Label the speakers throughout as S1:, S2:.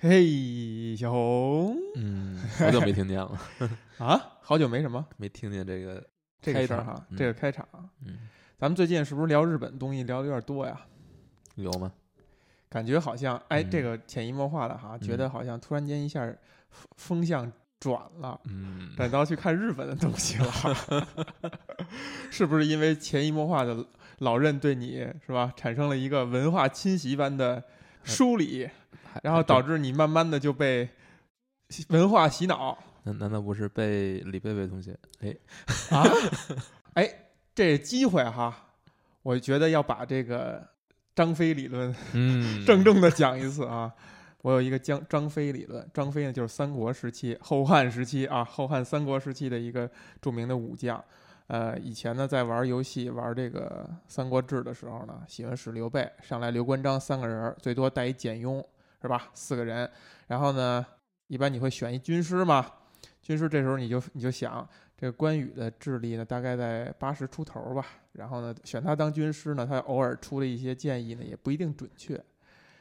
S1: 嘿，小红
S2: 嗯，好久没听见了，
S1: 啊，好久没什么
S2: 没听见这个
S1: 这个
S2: 开
S1: 事儿
S2: 场
S1: 哈，
S2: 嗯
S1: 这个开场，
S2: 嗯
S1: 咱们最近是不是聊日本东西聊的有点多呀？
S2: 有吗？
S1: 感觉好像哎，
S2: 嗯
S1: 这个潜移默化的哈，觉得
S2: 嗯
S1: 好像突然间一下风风向转了。
S2: 嗯，
S1: 转到去看日本的东西 了，是不是因为潜移默化的老任对你是吧产生了一个文化侵袭般的梳理，
S2: 还
S1: 然后导致你慢慢的就被洗文化洗脑？
S2: 难难道不是被李贝贝同学？哎，
S1: 啊，哎，这机会哈，我觉得要把这个张飞理论
S2: 嗯，
S1: 郑重的讲一次啊。我有一个张张飞理论，张飞呢就是三国时期、后汉时期啊，后汉三国时期的一个著名的武将。呃，以前呢在玩游戏玩这个《三国志》的时候呢，喜欢使刘备，上来刘关张三个人儿，最多带一简雍是吧？四个人，然后呢，一般你会选一军师嘛？军师这时候你就你就想，这个关羽的智力呢，大概在八十出头吧。然后呢，选他当军师呢，他偶尔出的一些建议呢，也不一定准确。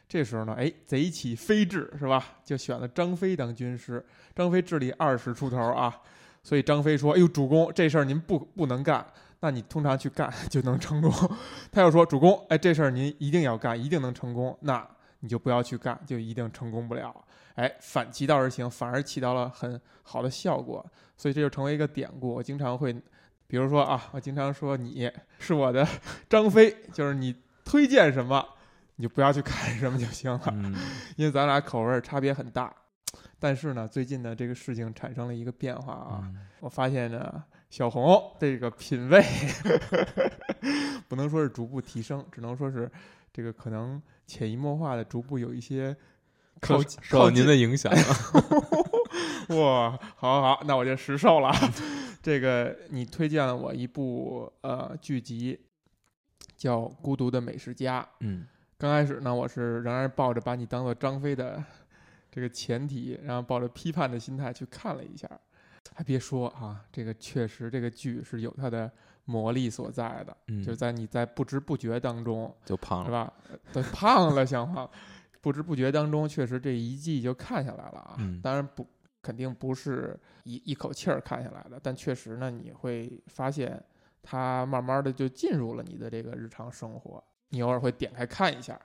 S1: 这时候呢，哎，贼起飞智是吧？就选了张飞当军师。张飞智力二十出头啊，所以张飞说：“哎呦，主公，这事儿您不不能干。”那你通常去干就能成功。 他又说：“主公，哎，这事儿您一定要干，一定能成功。那你就不要去干，就一定成功不了。”哎，反其道而行，反而起到了很好的效果。所以这就成为一个典故。我经常会，比如说啊，我经常说你是我的 张飞，就是你推荐什么，你就不要去看什么就行了，
S2: 嗯，
S1: 因为咱俩口味儿差别很大。但是呢，最近呢，这个事情产生了一个变化啊，
S2: 嗯
S1: 我发现呢，小红这个品味 不能说是逐步提升，只能说是这个可能潜移默化的逐步有一些靠
S2: 受
S1: 近靠
S2: 受
S1: 近
S2: 您的影响，
S1: 哇，好好好，那我就实受了。 这个你推荐了我一部呃剧集，叫《孤独的美食家》。
S2: 嗯
S1: 刚开始呢，我是仍然抱着把你当做张飞的这个前提，然后抱着批判的心态去看了一下。还别说啊，这个确实这个剧是有它的魔力所在的，
S2: 嗯，
S1: 就是在你在不知不觉当中，
S2: 就胖
S1: 是
S2: 了，
S1: 吧？ 都胖了，像话。不知不觉当中，确实这一季就看下来了啊。
S2: 嗯
S1: 当然不，肯定不是一一口气儿看下来的，但确实呢，你会发现它慢慢的就进入了你的这个日常生活。你偶尔会点开看一下。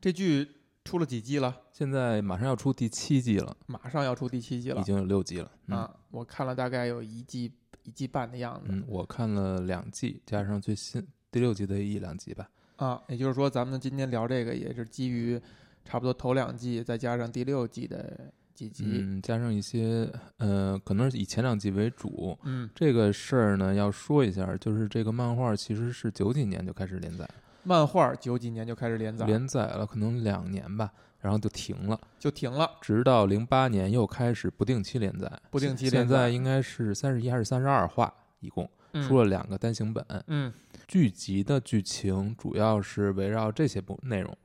S1: 这剧出了几季了？
S2: 现在马上要出第七季了，
S1: 马上要出第七季了
S2: 已经有六季了。嗯
S1: 啊！我看了大概有一季一季半的样子、
S2: 嗯，我看了两季，加上最新第六季的一两集吧。
S1: 啊。也就是说，咱们今天聊这个也是基于差不多头两季，再加上第六季的几集。
S2: 嗯，加上一些呃，可能是以前两季为主。
S1: 嗯，
S2: 这个事儿呢，要说一下，就是这个漫画其实是九几年就开始连载，
S1: 漫画九几年就开始连载，
S2: 连载了可能两年吧，然后就停了，
S1: 就停了，
S2: 直到零八年又开始不定期连载，
S1: 不定期连
S2: 现在
S1: 载。
S2: 应该是三十一还是三十二话，一共
S1: 嗯
S2: 出了两个单行本。
S1: 嗯
S2: 剧集的剧情主要是围绕这些部内容，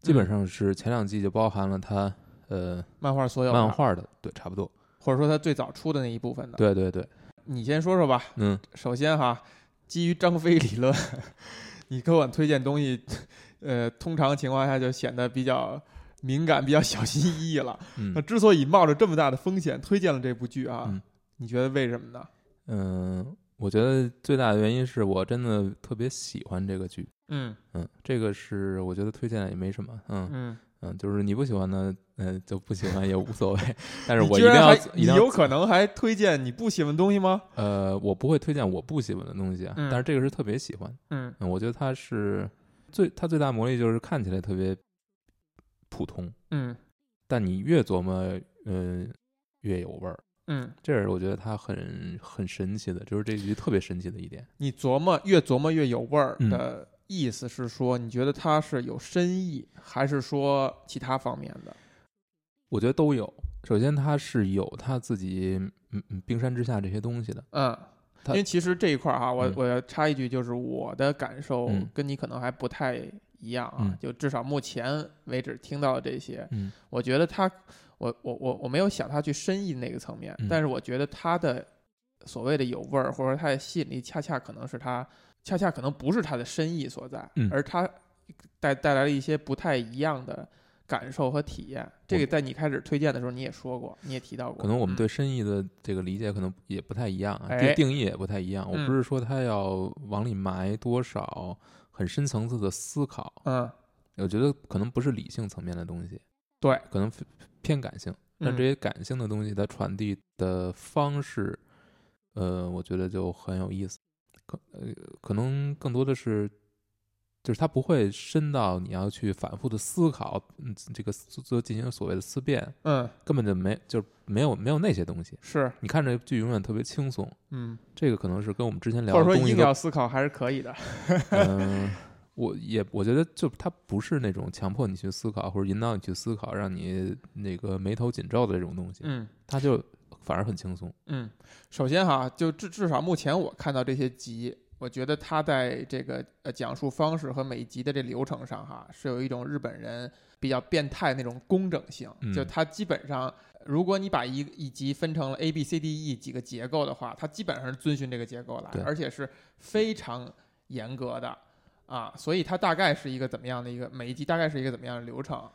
S2: 基
S1: 嗯
S2: 本上是前两季就包含了它呃
S1: 漫画啊所有的
S2: 漫，画的，对，差不多，
S1: 或者说他最早出的那一部分的。，
S2: 对对对，
S1: 你先说说吧。
S2: 嗯，
S1: 首先哈，基于张飞理论， 你给我推荐东西， 呃，通常情况下就显得比较敏感、比较小心翼翼了。
S2: 嗯
S1: 那之所以冒着这么大的风险推荐了这部剧啊，
S2: 嗯
S1: 你觉得为什么呢？
S2: 嗯，我觉得最大的原因是我真的特别喜欢这个剧，
S1: 嗯
S2: 嗯，这个是我觉得推荐也没什么，嗯
S1: 嗯，
S2: 嗯，就是你不喜欢呢，嗯、就不喜欢也无所谓， 但是
S1: 你
S2: 我一
S1: 居
S2: 定
S1: 然
S2: 要
S1: 还
S2: 一
S1: 你
S2: 定要
S1: 有可能还推荐你不喜欢的东西吗？
S2: 呃，我不会推荐我不喜欢的东西啊，
S1: 嗯
S2: 但是这个是特别喜欢，
S1: 嗯
S2: 嗯，我觉得它是最它最大魔力就是看起来特别普通，
S1: 嗯
S2: 但你越琢磨，嗯、越有味儿。
S1: 嗯，
S2: 这是我觉得它很很神奇的，就是这一集特别神奇的一点。
S1: 你琢磨越琢磨越有味儿
S2: 嗯
S1: 的意思是说，你觉得它是有深意，还是说其他方面的？
S2: 我觉得都有。首先，它是有它自己嗯嗯冰山之下这些东西的，
S1: 嗯，
S2: 它
S1: 因为其实这一块儿哈，我
S2: 嗯
S1: 我要插一句，就是我的感受
S2: 嗯
S1: 跟你可能还不太一样啊
S2: 嗯，
S1: 就至少目前为止听到的这些，
S2: 嗯
S1: 我觉得它，我我我我没有想它去深意那个层面
S2: 嗯，
S1: 但是我觉得它的所谓的有味儿或者它的吸引力，恰恰可能是它，恰恰可能不是它的深意所在
S2: 嗯，
S1: 而它带带来了一些不太一样的感受和体验。这个在你开始推荐的时候你也说过，你也提到过。
S2: 可能我们
S1: 嗯
S2: 对深意的这个理解可能也不太一样啊，
S1: 哎
S2: 定定义也不太一样。我
S1: 嗯
S2: 不是说他要往里埋多少很深层次的思考，
S1: 嗯，
S2: 我觉得可能不是理性层面的东西，
S1: 对，
S2: 可能偏感性。但
S1: 嗯
S2: 这些感性的东西，它传递的方式，呃，我觉得就很有意思。可呃，可能更多的是，就是它不会深到你要去反复的思考，嗯，这个做做进行所谓的思辨，
S1: 嗯
S2: 根本就没就是没有没有那些东西。
S1: 是
S2: 你看这剧永远特别轻松，
S1: 嗯，
S2: 这个可能是跟我们之前聊
S1: 或者
S2: 的
S1: 说
S2: 东西
S1: 硬
S2: 都
S1: 要思考还是可以的。
S2: 嗯、我也我觉得就它不是那种强迫你去思考或者引导你去思考，让你那个眉头紧皱的这种东西，
S1: 嗯
S2: 它就反而很轻松。
S1: 嗯，首先哈，就至至少目前我看到这些集。我觉得他在这个呃讲述方式和每一集的这流程上，哈，是有一种日本人比较变态那种工整性。
S2: 嗯
S1: 就他基本上，如果你把一一集分成了 A B C D E 几个结构的话，它基本上是遵循这个结构来
S2: 对，
S1: 而且是非常严格的啊。所以它大概是一个怎么样的一个每一集大概是一个怎么样的流程？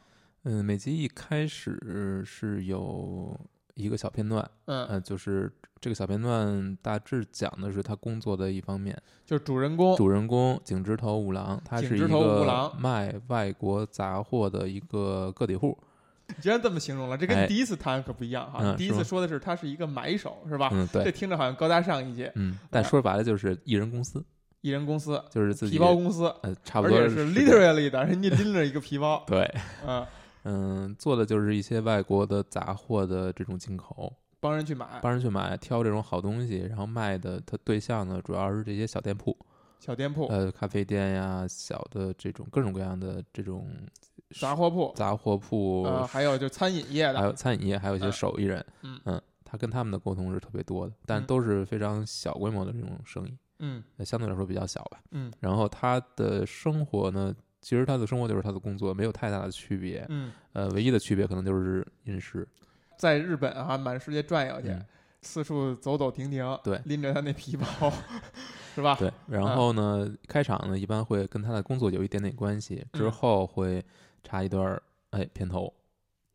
S2: 嗯，每集一开始是有一个小片段，
S1: 嗯，
S2: 呃，就是这个小片段大致讲的是他工作的一方面。
S1: 就是主人公
S2: 主人公井之头五郎，他
S1: 哦井
S2: 是
S1: 之
S2: 一
S1: 头吾
S2: 个
S1: 郎
S2: 卖外国杂货的一个个体户。
S1: 你居然这么形容了，这跟
S2: 哎
S1: 你第一次谈可不一样哈。
S2: 嗯
S1: 你第一
S2: 是
S1: 次
S2: 吗
S1: 说的是他是一个买手，是吧？
S2: 嗯，
S1: 这
S2: 对，
S1: 听着好像高大上一些，
S2: 嗯，但说白了就是艺人公司，
S1: 一人公司、
S2: 就是自己
S1: 皮包公司，
S2: 呃，差不
S1: 而
S2: 多
S1: 且是
S2: 这，
S1: literally 的，人家拎着一个皮包
S2: 对，
S1: 嗯，
S2: 嗯，做的就是一些外国的杂货的这种进口，
S1: 帮人去买
S2: 帮人去买，挑这种好东西，然后卖的，它对象呢主要是这些小店铺，
S1: 小店铺、
S2: 呃，咖啡店呀，小的这种各种各样的这种
S1: 杂货铺，
S2: 杂货铺，
S1: 呃，还有就餐饮业
S2: 还
S1: 的，
S2: 有餐饮业，还有一些
S1: 嗯
S2: 手艺人，
S1: 嗯
S2: 他跟他们的沟通是特别多的，但
S1: 嗯
S2: 都是非常小规模的这种生意，
S1: 嗯
S2: 呃相对来说比较小吧。
S1: 嗯
S2: 然后他的生活呢，其实他的生活就是他的工作，没有太大的区别，
S1: 嗯，
S2: 呃，唯一的区别可能就是饮食。
S1: 在日本啊，满世界转悠去，
S2: 嗯
S1: 四处走走停停，
S2: 对
S1: 拎着他那皮包， 是吧？
S2: 对，
S1: 啊
S2: 然后呢，开场呢一般会跟他的工作有一点点关系，之
S1: 嗯
S2: 后会插一段儿哎片头，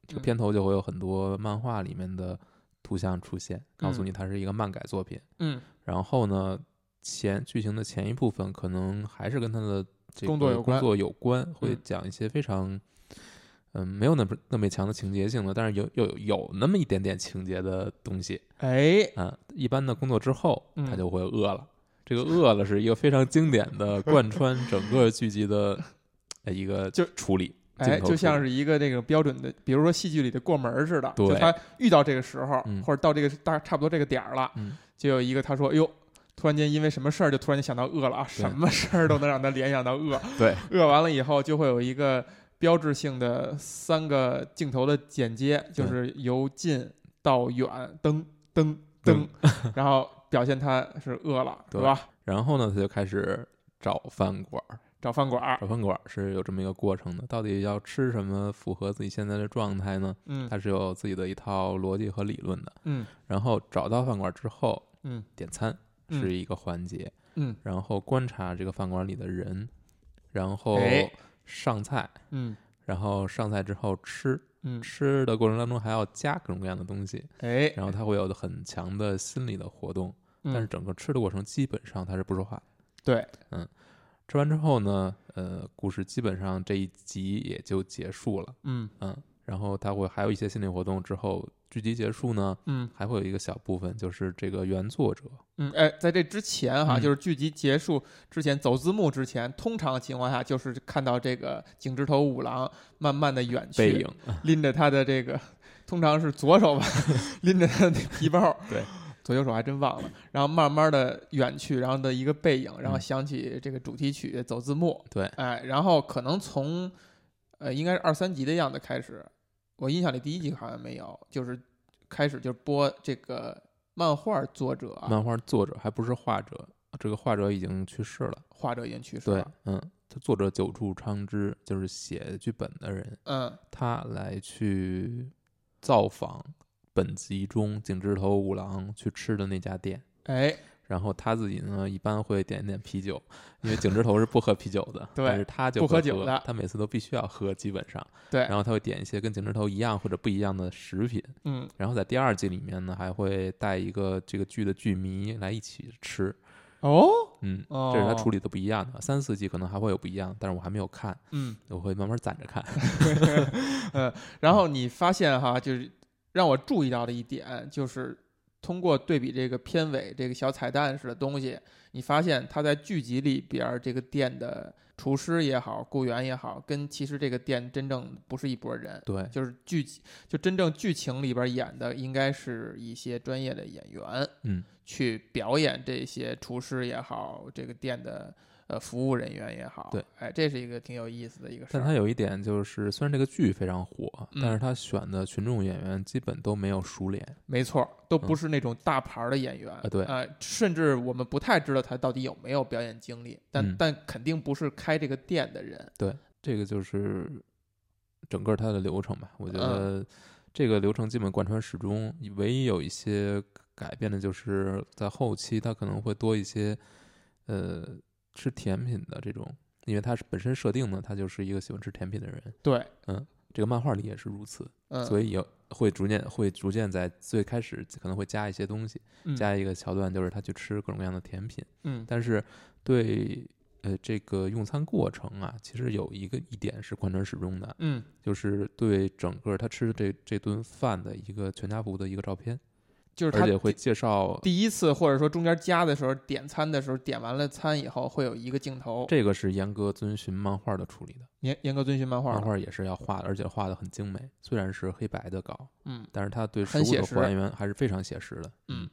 S2: 这个
S1: 嗯
S2: 片头就会有很多漫画里面的图像出现，告诉
S1: 嗯
S2: 你它是一个漫改作品。
S1: 嗯，
S2: 然后呢，前剧情的前一部分可能还是跟他的这个
S1: 工作有关
S2: 工作有关，会
S1: 嗯
S2: 讲一些非常嗯没有那么那么强的情节性的，但是有又有有那么一点点情节的东西。
S1: 哎，
S2: 啊，一般的工作之后，
S1: 嗯
S2: 他就会饿了。这个饿了是一个非常经典 的贯穿整个剧集的呃一个
S1: 就
S2: 处理，
S1: 哎，就像
S2: 是
S1: 是一个这个标准的，比如说戏剧里的过门儿似的，
S2: 对
S1: 就他遇到这个时候，
S2: 嗯
S1: 或者到这个大差不多这个点儿了，
S2: 嗯
S1: 就有一个他说，哟。哎突然间因为什么事儿就突然间想到饿了啊，什么事儿都能让他联想到饿。
S2: 对，
S1: 饿完了以后就会有一个标志性的三个镜头的剪接，就是由近到远，噔噔噔，然后表现他是饿了，是
S2: 对
S1: 吧？
S2: 然后呢，他就开始找饭馆儿，
S1: 找饭馆儿，
S2: 找饭馆儿是有这么一个过程的。到底要吃什么符合自己现在的状态呢？
S1: 嗯
S2: 他是有自己的一套逻辑和理论的。
S1: 嗯
S2: 然后找到饭馆儿之后，
S1: 嗯
S2: 点餐
S1: 嗯
S2: 是一个环节，
S1: 嗯
S2: 然后观察这个饭馆里的人，然后
S1: 哎
S2: 上菜。
S1: 嗯
S2: 然后上菜之后吃，
S1: 嗯，
S2: 吃的过程当中还要加各种各样的东西，
S1: 哎，
S2: 然后它会有很强的心理的活动，但是
S1: 嗯
S2: 整个吃的过程基本上它是不说话。
S1: 对，
S2: 嗯，吃完之后呢，呃，故事基本上这一集也就结束了，
S1: 嗯
S2: 嗯，然后它会还有一些心理活动之后，剧集结束呢，
S1: 嗯。
S2: 还会有一个小部分就是这个原作者，
S1: 嗯，哎，在这之前哈，
S2: 嗯
S1: 就是剧集结束之前走字幕之前，通常情况下就是看到这个井之头五郎慢慢的远去，
S2: 背影，
S1: 拎着他的这个，通常是左手吧， 拎着他的皮包，
S2: 对，
S1: 左右手还真忘了，然后慢慢的远去，然后的一个背影，然后
S2: 嗯
S1: 响起这个主题曲走字幕，
S2: 对
S1: 哎，然后可能从呃应该是二三集的样子开始，我印象里第一集好像没有，就是开始就播这个漫画作者啊
S2: 漫画作者还不是画者，这个画者已经去世了。
S1: 画者园区是
S2: 对
S1: 吧？，
S2: 嗯，他作者久处昌之就是写剧本的人，
S1: 嗯，
S2: 他来去造访本集中井之头五郎去吃的那家店，
S1: 哎，
S2: 然后他自己呢一般会点一点啤酒，因为井之头是不喝啤酒的，
S1: 对
S2: 但是他就
S1: 不
S2: 会
S1: 喝酒的
S2: 他每次都必须要喝，基本上
S1: 对
S2: 然后他会点一些跟井之头一样或者不一样的食品，
S1: 嗯，
S2: 然后在第二季里面呢还会带一个这个剧的剧迷来一起吃，
S1: 哦，
S2: 嗯，
S1: 哦
S2: 这是他处理的不一样的，三四季可能还会有不一样，但是我还没有看，
S1: 嗯，
S2: 我会慢慢攒着看，
S1: 然后你发现哈，就是让我注意到的一点，就是通过对比这个片尾这个小彩蛋似的东西，你发现它在剧集里边儿这个店的厨师也好，雇员也好，跟其实这个店真正不是一拨人。
S2: 对，
S1: 就是剧集，就真正剧情里边儿演的，应该是一些专业的演员，
S2: 嗯，
S1: 去表演这些厨师也好，这个店的呃服务人员也好，
S2: 对，
S1: 哎，这是一个挺有意思的一个事
S2: 但
S1: 儿。
S2: 它有一点就是，虽然这个剧非常火，
S1: 嗯
S2: 但是他选的群众演员基本都没有熟脸。
S1: 没错，都不
S2: 嗯啊
S1: 是那种大牌儿的演员，
S2: 对
S1: 呃，甚至我们不太知道他到底有没有表演经历，但、
S2: 嗯
S1: 但肯定不是开这个店的人，
S2: 这个就是整个它的流程吧。我
S1: 嗯
S2: 觉得这个流程基本贯穿始终，唯一有一些改变的就是在后期它可能会多一些，呃，吃甜品的这种，因为它是本身设定呢，他就是一个喜欢吃甜品的人。
S1: 对，
S2: 这个漫画里也是如此，
S1: 嗯，
S2: 所
S1: 以
S2: 以有会逐渐会逐渐在最开始可能会加一些东西，加一个桥段就是他去吃各种各样的甜品。
S1: 嗯
S2: 但是对呃这个用餐过程啊，其实有一个一点是贯穿始终的，
S1: 嗯
S2: 就是对整个他吃的这这顿饭的一个全家福的一个照片，
S1: 就是他
S2: 而且会介绍
S1: 第一次或者说中间加的时候，点餐的时候点完了餐以后，会有一个镜头，
S2: 这个是严格遵循漫画的处理的，
S1: 严严格遵循漫画
S2: 漫
S1: 的，
S2: 画也是要画的，而且画的很精美，虽然是黑白的稿，
S1: 嗯，
S2: 但是他对食
S1: 很
S2: 物
S1: 写
S2: 的
S1: 实
S2: 还原还是非常写实的，
S1: 嗯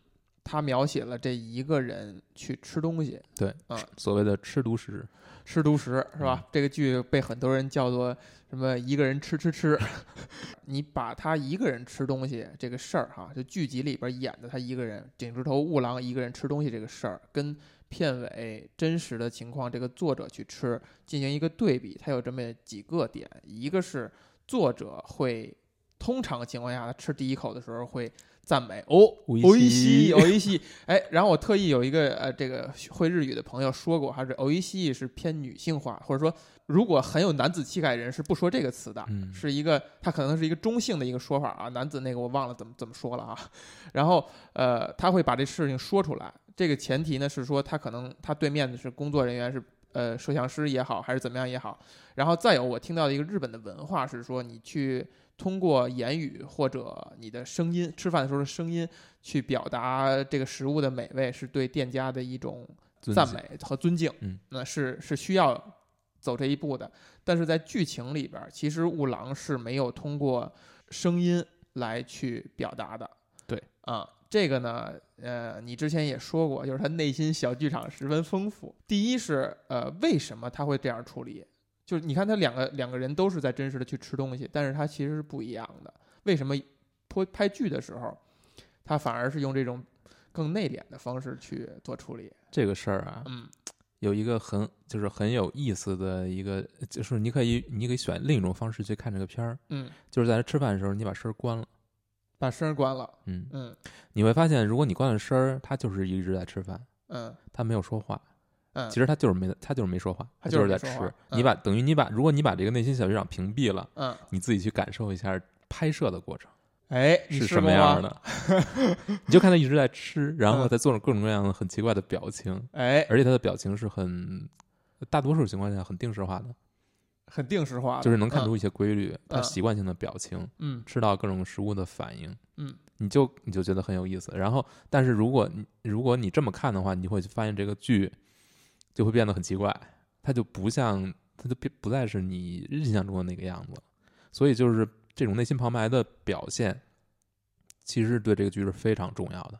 S1: 他描写了这一个人去吃东西，
S2: 对，
S1: 啊
S2: 所谓的吃独食，
S1: 吃独食是吧？这个剧被很多人叫做什么一个人吃吃吃， 你把他一个人吃东西这个事儿哈，就剧集里边演的他一个人井之头悟郎一个人吃东西这个事儿，跟片尾真实的情况这个作者去吃进行一个对比，它有这么几个点，一个是作者会通常情况下他吃第一口的时候会赞美哦，
S2: 美
S1: お
S2: 味
S1: い
S2: し
S1: しい
S2: い
S1: おいしい。哎，然后我特意有一个呃，这个会日语的朋友说过，还是おいしい是偏女性化，或者说如果很有男子气概的人是不说这个词的，
S2: 嗯，
S1: 是一个它可能是一个中性的一个说法啊，男子那个我忘了怎么怎么说了啊。 然后呃，他会把这事情说出来，这个前提呢是说他可能他对面的是工作人员是。呃，摄像师也好，还是怎么样也好，然后再有我听到的一个日本的文化是说，你去通过言语或者你的声音，吃饭的时候的声音去表达这个食物的美味，是对店家的一种
S2: 尊
S1: 赞
S2: 敬，
S1: 美和尊敬，
S2: 嗯，
S1: 那是是需要走这一步的。但是在剧情里边儿，其实悟郎是没有通过声音来去表达的。
S2: 对
S1: 啊，这个呢，呃，你之前也说过，就是他内心小剧场十分丰富。第一是呃，为什么他会这样处理？就是你看他两个两个人都是在真实的去吃东西，但是他其实是不一样的。为什么拍拍剧的时候，他反而是用这种更内敛的方式去做处理？
S2: 这个事儿啊，
S1: 嗯
S2: 有一个很就是很有意思的一个，就是你可以你可以选另一种方式去看这个片儿，
S1: 嗯，
S2: 就是在这吃饭的时候你把声儿关了，
S1: 把声儿关了，
S2: 嗯，
S1: 嗯
S2: 你会发现如果你关了声儿，他就是一直在吃饭，
S1: 嗯
S2: 他没有说话，
S1: 嗯，
S2: 其实他就是没他就是没说话，
S1: 他
S2: 他
S1: 就是
S2: 是
S1: 没
S2: 在
S1: 说
S2: 吃
S1: 话。嗯
S2: 你把等于你把如果你把这个内心小剧场屏蔽了，
S1: 嗯，
S2: 你自己去感受一下拍摄的过程
S1: 哎，你试
S2: 什么
S1: 过
S2: 样
S1: 吗？
S2: 的，你就看他一直在吃，然后
S1: 嗯
S2: 在做着各种各样的很奇怪的表情，
S1: 哎，
S2: 而且他的表情是很大多数情况下很定式化的。
S1: 很定时化的，
S2: 就是能看
S1: 嗯
S2: 出一些规律，他
S1: 嗯
S2: 习惯性的表情，
S1: 嗯
S2: 吃到各种食物的反应，
S1: 嗯，
S2: 你就你就觉得很有意思。然后，但是如果你如果你这么看的话，你会发现这个剧就会变得很奇怪，它就不像它就变不再是你印象中的那个样子。所以就是这种内心旁白的表现，其实对这个剧是非常重要的。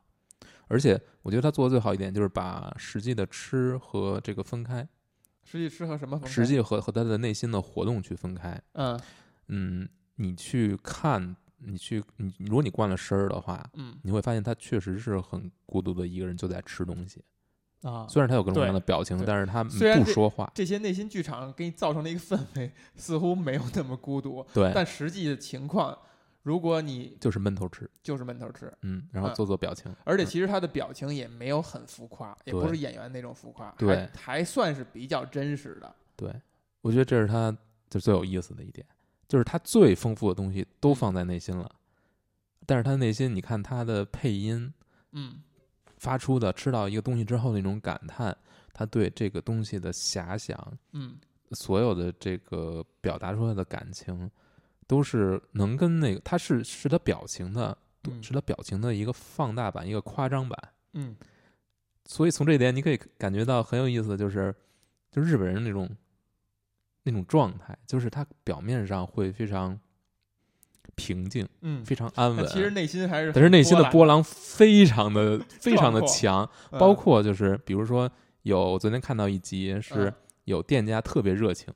S2: 而且我觉得他做的最好一点就是把实际的吃和这个分开，
S1: 实际吃和什么分开
S2: 实际和和他的内心的活动去分开。
S1: 嗯
S2: 嗯，你去看，你去，你如果你惯了声儿的话，
S1: 嗯
S2: 你会发现他确实是很孤独的一个人就在吃东西。
S1: 啊，
S2: 虽然他有各种各样的表情
S1: 对，
S2: 但是他
S1: 虽然
S2: 不
S1: 这
S2: 说话。
S1: 这些内心剧场给你造成的一个氛围似乎没有那么孤独，
S2: 对，
S1: 但实际的情况。如果你
S2: 就是闷头吃，
S1: 就是闷头吃，
S2: 嗯，然后
S1: 嗯
S2: 做做表情，
S1: 而且
S2: 嗯
S1: 其实他的表情也没有很浮夸，也不
S2: 对
S1: 是演员那种浮夸，
S2: 对
S1: 还还算是比较真实的。
S2: 对，我觉得这是他就最有意思的一点，就是他最丰富的东西都放在内心了，但是他内心，你看他的配音
S1: 嗯，
S2: 发出的，吃到一个东西之后那种感叹，他对这个东西的遐想，
S1: 嗯，
S2: 所有的这个表达出来的感情，都是能跟那个，他是是他表情的，
S1: 嗯
S2: 是他表情的一个放大版，一个夸张版。
S1: 嗯，
S2: 所以从这一点你可以感觉到很有意思的就是，就日本人那种那种状态，就是他表面上会非常平静、
S1: 嗯，
S2: 非常
S1: 但
S2: 安稳，
S1: 其实内心还是很
S2: 但是内心的
S1: 澜
S2: 波浪非常的非常的
S1: 壮阔
S2: 强，
S1: 嗯
S2: 包括就是比如说有我昨天看到一集是
S1: 嗯
S2: 有店家特别热情，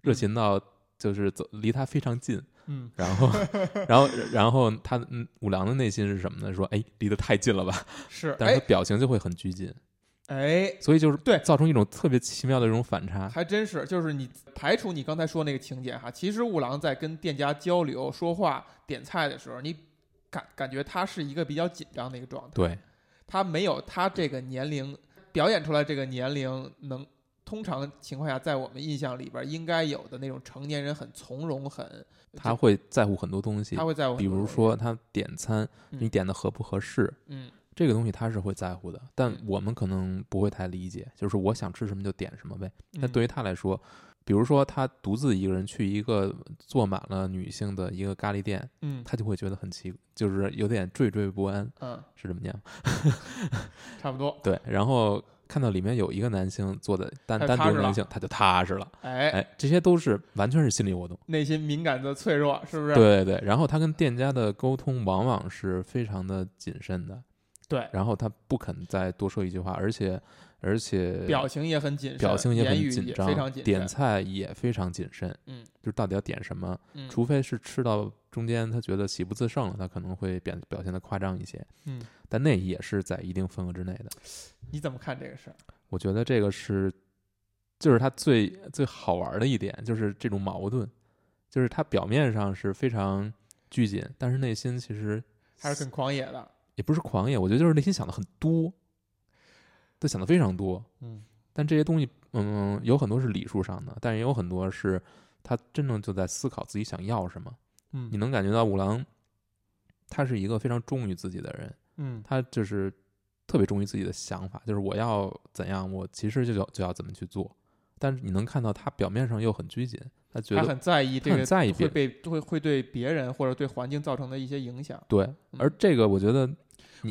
S2: 热
S1: 嗯
S2: 情到就是走离他非常近，
S1: 嗯
S2: 然后然后然后他嗯五郎的内心是什么呢？说哎离得太近了吧，
S1: 是
S2: 但是
S1: 哎
S2: 他表情就会很拘谨。
S1: 哎，
S2: 所以就是
S1: 对
S2: 造成一种特别奇妙的这种反差。
S1: 还真是，就是你排除你刚才说那个情节哈，其实五郎在跟店家交流、说话、点菜的时候，你感感觉他是一个比较紧张的一个状态，
S2: 对，
S1: 他没有他这个年龄表演出来这个年龄能。通常情况下，在我们印象里边应该有的那种成年人很从容，很
S2: 他会在乎很多东西
S1: 他，会在我，
S2: 比如说他点餐，
S1: 嗯
S2: 你点的合不合适，
S1: 嗯
S2: 这个东西他是会在乎的。但
S1: 嗯
S2: 我们可能不会太理解，就是我想吃什么就点什么呗。那
S1: 嗯
S2: 对于他来说，比如说他独自一个人去一个坐满了女性的一个咖喱店，
S1: 嗯
S2: 他就会觉得很奇，就是有点惴惴不安，
S1: 嗯，
S2: 是这么念吗？
S1: 差不多，
S2: 对，然后。看到里面有一个男性坐的单
S1: 他
S2: 单
S1: 踏
S2: 独
S1: 实了
S2: 男性，他就踏实了。
S1: 哎，
S2: 哎，这些都是完全是心理活动。
S1: 内心敏感的脆弱，是不啊是？
S2: 对对，然后他跟店家的沟通往往是非常的谨慎的，
S1: 对
S2: 然后他不肯再多说一句话，而且而且
S1: 表情也很谨慎，
S2: 表情也
S1: 言
S2: 很
S1: 语
S2: 紧
S1: 也
S2: 张，
S1: 非常谨
S2: 点
S1: 慎。
S2: 菜也非常谨慎，
S1: 嗯，
S2: 就是到底要点什么，
S1: 嗯
S2: 除非是吃到中间他觉得喜不自胜了，他可能会表表现的夸张一些，
S1: 嗯，
S2: 但那也是在一定份额之内的。
S1: 你怎么看这个事儿？
S2: 我觉得这个是，就是他最最好玩的一点，就是这种矛盾，就是他表面上是非常拘谨，但是内心其实
S1: 还是很狂野的。
S2: 也不是狂野，我觉得就是内心想的很多，他想的非常多，
S1: 嗯
S2: 但这些东西，嗯，有很多是礼数上的，但也有很多是他真正就在思考自己想要什么。你
S1: 嗯
S2: 能感觉到五郎，他是一个非常忠于自己的人，
S1: 嗯
S2: 他就是特别忠于自己的想法，就是我要怎样，我其实就要就要怎么去做。但是你能看到他表面上又很拘谨，他觉
S1: 他
S2: 得
S1: 很在意这
S2: 很
S1: 个
S2: 在意别
S1: 会
S2: 人，
S1: 被会会对别人或者对环境造成的一些影响。
S2: 对。而这个我觉得你，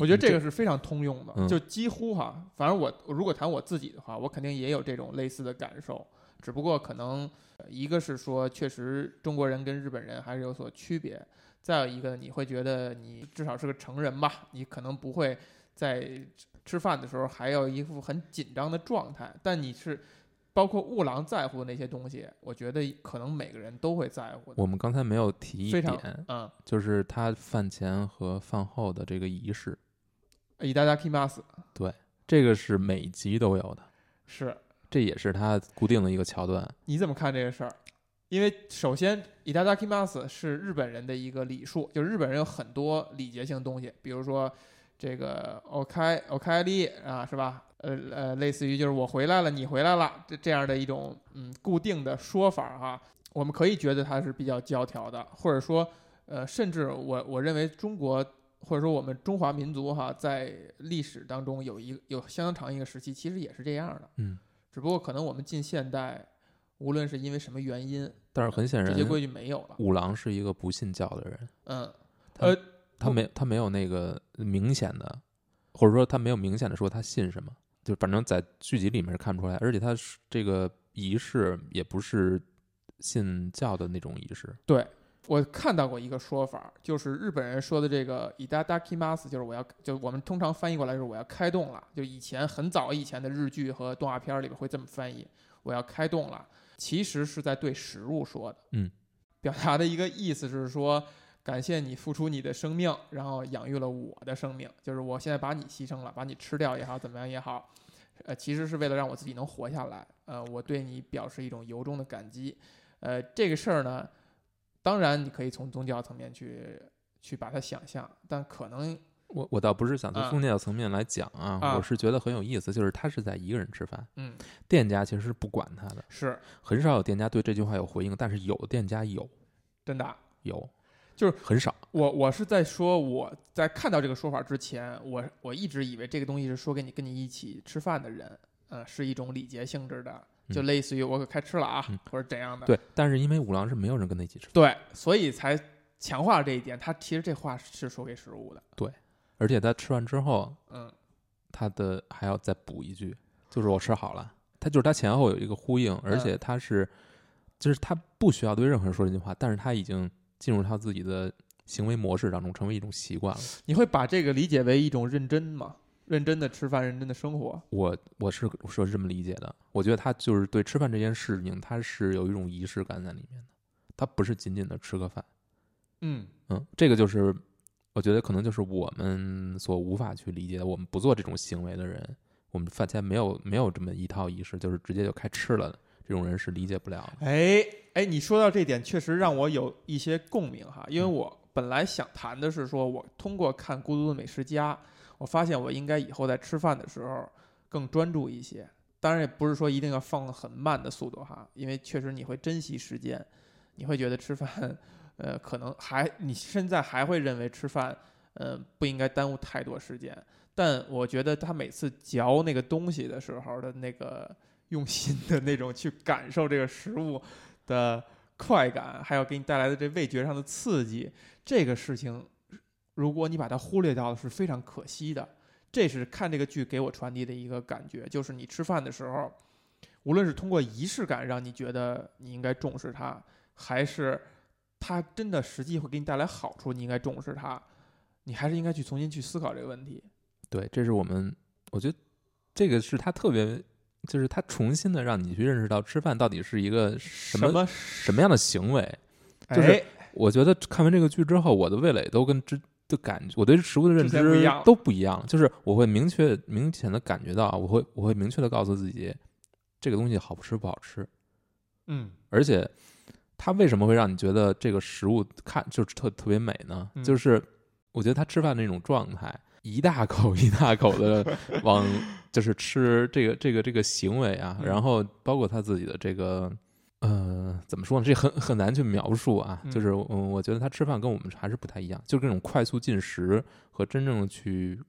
S1: 嗯我觉得这
S2: 你
S1: 个是非常通用的，
S2: 嗯
S1: 就几乎哈，反正我如果谈我自己的话，我肯定也有这种类似的感受，只不过可能呃一个是说，确实中国人跟日本人还是有所区别，再有一个你会觉得你至少是个成人吧，你可能不会在吃饭的时候还有一副很紧张的状态，但你是。包括悟郎在乎的那些东西，我觉得可能每个人都会在乎的。
S2: 我们刚才没有提一
S1: 非常
S2: 点，
S1: 嗯，
S2: 就是他饭前和饭后的这个仪式，
S1: 以大家 kimas
S2: 这个是每集都有的，
S1: 是
S2: 这也是他固定的一个桥段。
S1: 你怎么看这个事儿？因为首先，itadakimasu 是日本人的一个礼数，就是日本人有很多礼节性东西，比如说这个 okai okali 啊，是吧？呃呃，类似于就是我回来了，你回来了这这样的一种嗯固定的说法哈、我们可以觉得它是比较教条的，或者说呃，甚至我我认为中国或者说我们中华民族哈、在历史当中有一有相当长一个时期，其实也是这样的，
S2: 嗯，
S1: 只不过可能我们近现代。无论是因为什么原因，
S2: 但是很显
S1: 这
S2: 然
S1: 些，规矩没有了。
S2: 五郎是一个不信教的人，
S1: 嗯，
S2: 他
S1: 呃
S2: 他
S1: 不
S2: 没他没有那个明显的，或者说他没有明显的说他信什么，就反正在剧集里面是看不出来，而且他是这个仪式也不是信教的那种仪式，
S1: 我看到过一个说法，就是日本人说的这个 “itadakimas”，就是我要，就我们通常翻译过来就是我要开动了。就以前很早以前的日剧和动画片里边会这么翻译，我要开动了，其实是在对食物说的。
S2: 嗯，
S1: 表达的一个意思是说，感谢你付出你的生命，然后养育了我的生命，就是我现在把你牺牲了，把你吃掉也好，怎么样也好，呃，其实是为了让我自己能活下来。呃，我对你表示一种由衷的感激。呃，这个事儿呢。当然，你可以从宗教层面去去把它想象，但可能
S2: 我我倒不是想从
S1: 啊
S2: 宗教层面来讲啊，
S1: 啊
S2: 我是觉得很有意思，就是他是在一个人吃饭，
S1: 嗯
S2: 店家其实是不管他的，
S1: 是
S2: 很少有店家对这句话有回应，但是有的店家有
S1: 真的啊。
S2: 有，
S1: 就是
S2: 很少，
S1: 我我是在说我在看到这个说法之前，我我一直以为这个东西是说给你跟你一起吃饭的人，呃，是一种礼节性质的，就
S2: 嗯
S1: 类似于我可开吃了啊，
S2: 嗯
S1: 或者怎样的。
S2: 对，但是因为五郎是没有人跟他一起吃饭，
S1: 对，所以才强化了这一点。他其实这话是说给食物的，
S2: 而且他吃完之后，
S1: 嗯，
S2: 他的还要再补一句，就是我吃好了，他就是他前后有一个呼应，而且他是，就是他不需要对任何人说这句话，但是他已经进入他自己的行为模式当中，成为一种习惯了。
S1: 你会把这个理解为一种认真吗？认真的吃饭，认真的生活。
S2: 我我是我是这么理解的，我觉得他就是对吃饭这件事情，他是有一种仪式感在里面的，他不是仅仅的吃个饭，
S1: 嗯，
S2: 嗯，这个就是我觉得可能就是我们所无法去理解的，我们不做这种行为的人，我们饭前没有没有这么一套仪式，就是直接就开吃了的，这种人是理解不了的。
S1: 哎哎，你说到这点，确实让我有一些共鸣哈，因为我本来想谈的是说，我通过看《孤独的美食家》，我发现我应该以后在吃饭的时候更专注一些。当然，也不是说一定要放很慢的速度哈，因为确实你会珍惜时间，你会觉得吃饭，呃，可能还你现在还会认为吃饭，呃，不应该耽误太多时间。但我觉得他每次嚼那个东西的时候的那个用心的那种去感受这个食物，的快感，还有给你带来的这味觉上的刺激，这个事情，如果你把它忽略掉了，是非常可惜的。这是看这个剧给我传递的一个感觉，就是你吃饭的时候，无论是通过仪式感让你觉得你应该重视它，还是它真的实际会给你带来好处，你应该重视它，你还是应该去重新去思考这个问题。
S2: 对，这是我们，我觉得这个是他特别，就是他重新的让你去认识到吃饭到底是一个什么
S1: 么
S2: 什么样的行为。
S1: 哎
S2: 就是我觉得看完这个剧之后，我的味蕾都跟之的感觉，我对食物的认
S1: 之前不一
S2: 知
S1: 样了
S2: 都不一样了，就是我会明确明显的感觉到啊，我会我会明确的告诉自己，这个东西好吃不好吃，
S1: 嗯，
S2: 而且它为什么会让你觉得这个食物看就是特特别美呢？
S1: 嗯
S2: 就是我觉得他吃饭那种状态，一大口一大口 的往就是吃这个这个这个行为啊，
S1: 嗯
S2: 然后包括他自己的这个。呃，怎么说呢？这很很难去描述啊。
S1: 嗯
S2: 就是，嗯，我觉得他吃饭跟我们还是不太一样，就是这种快速进食和真正去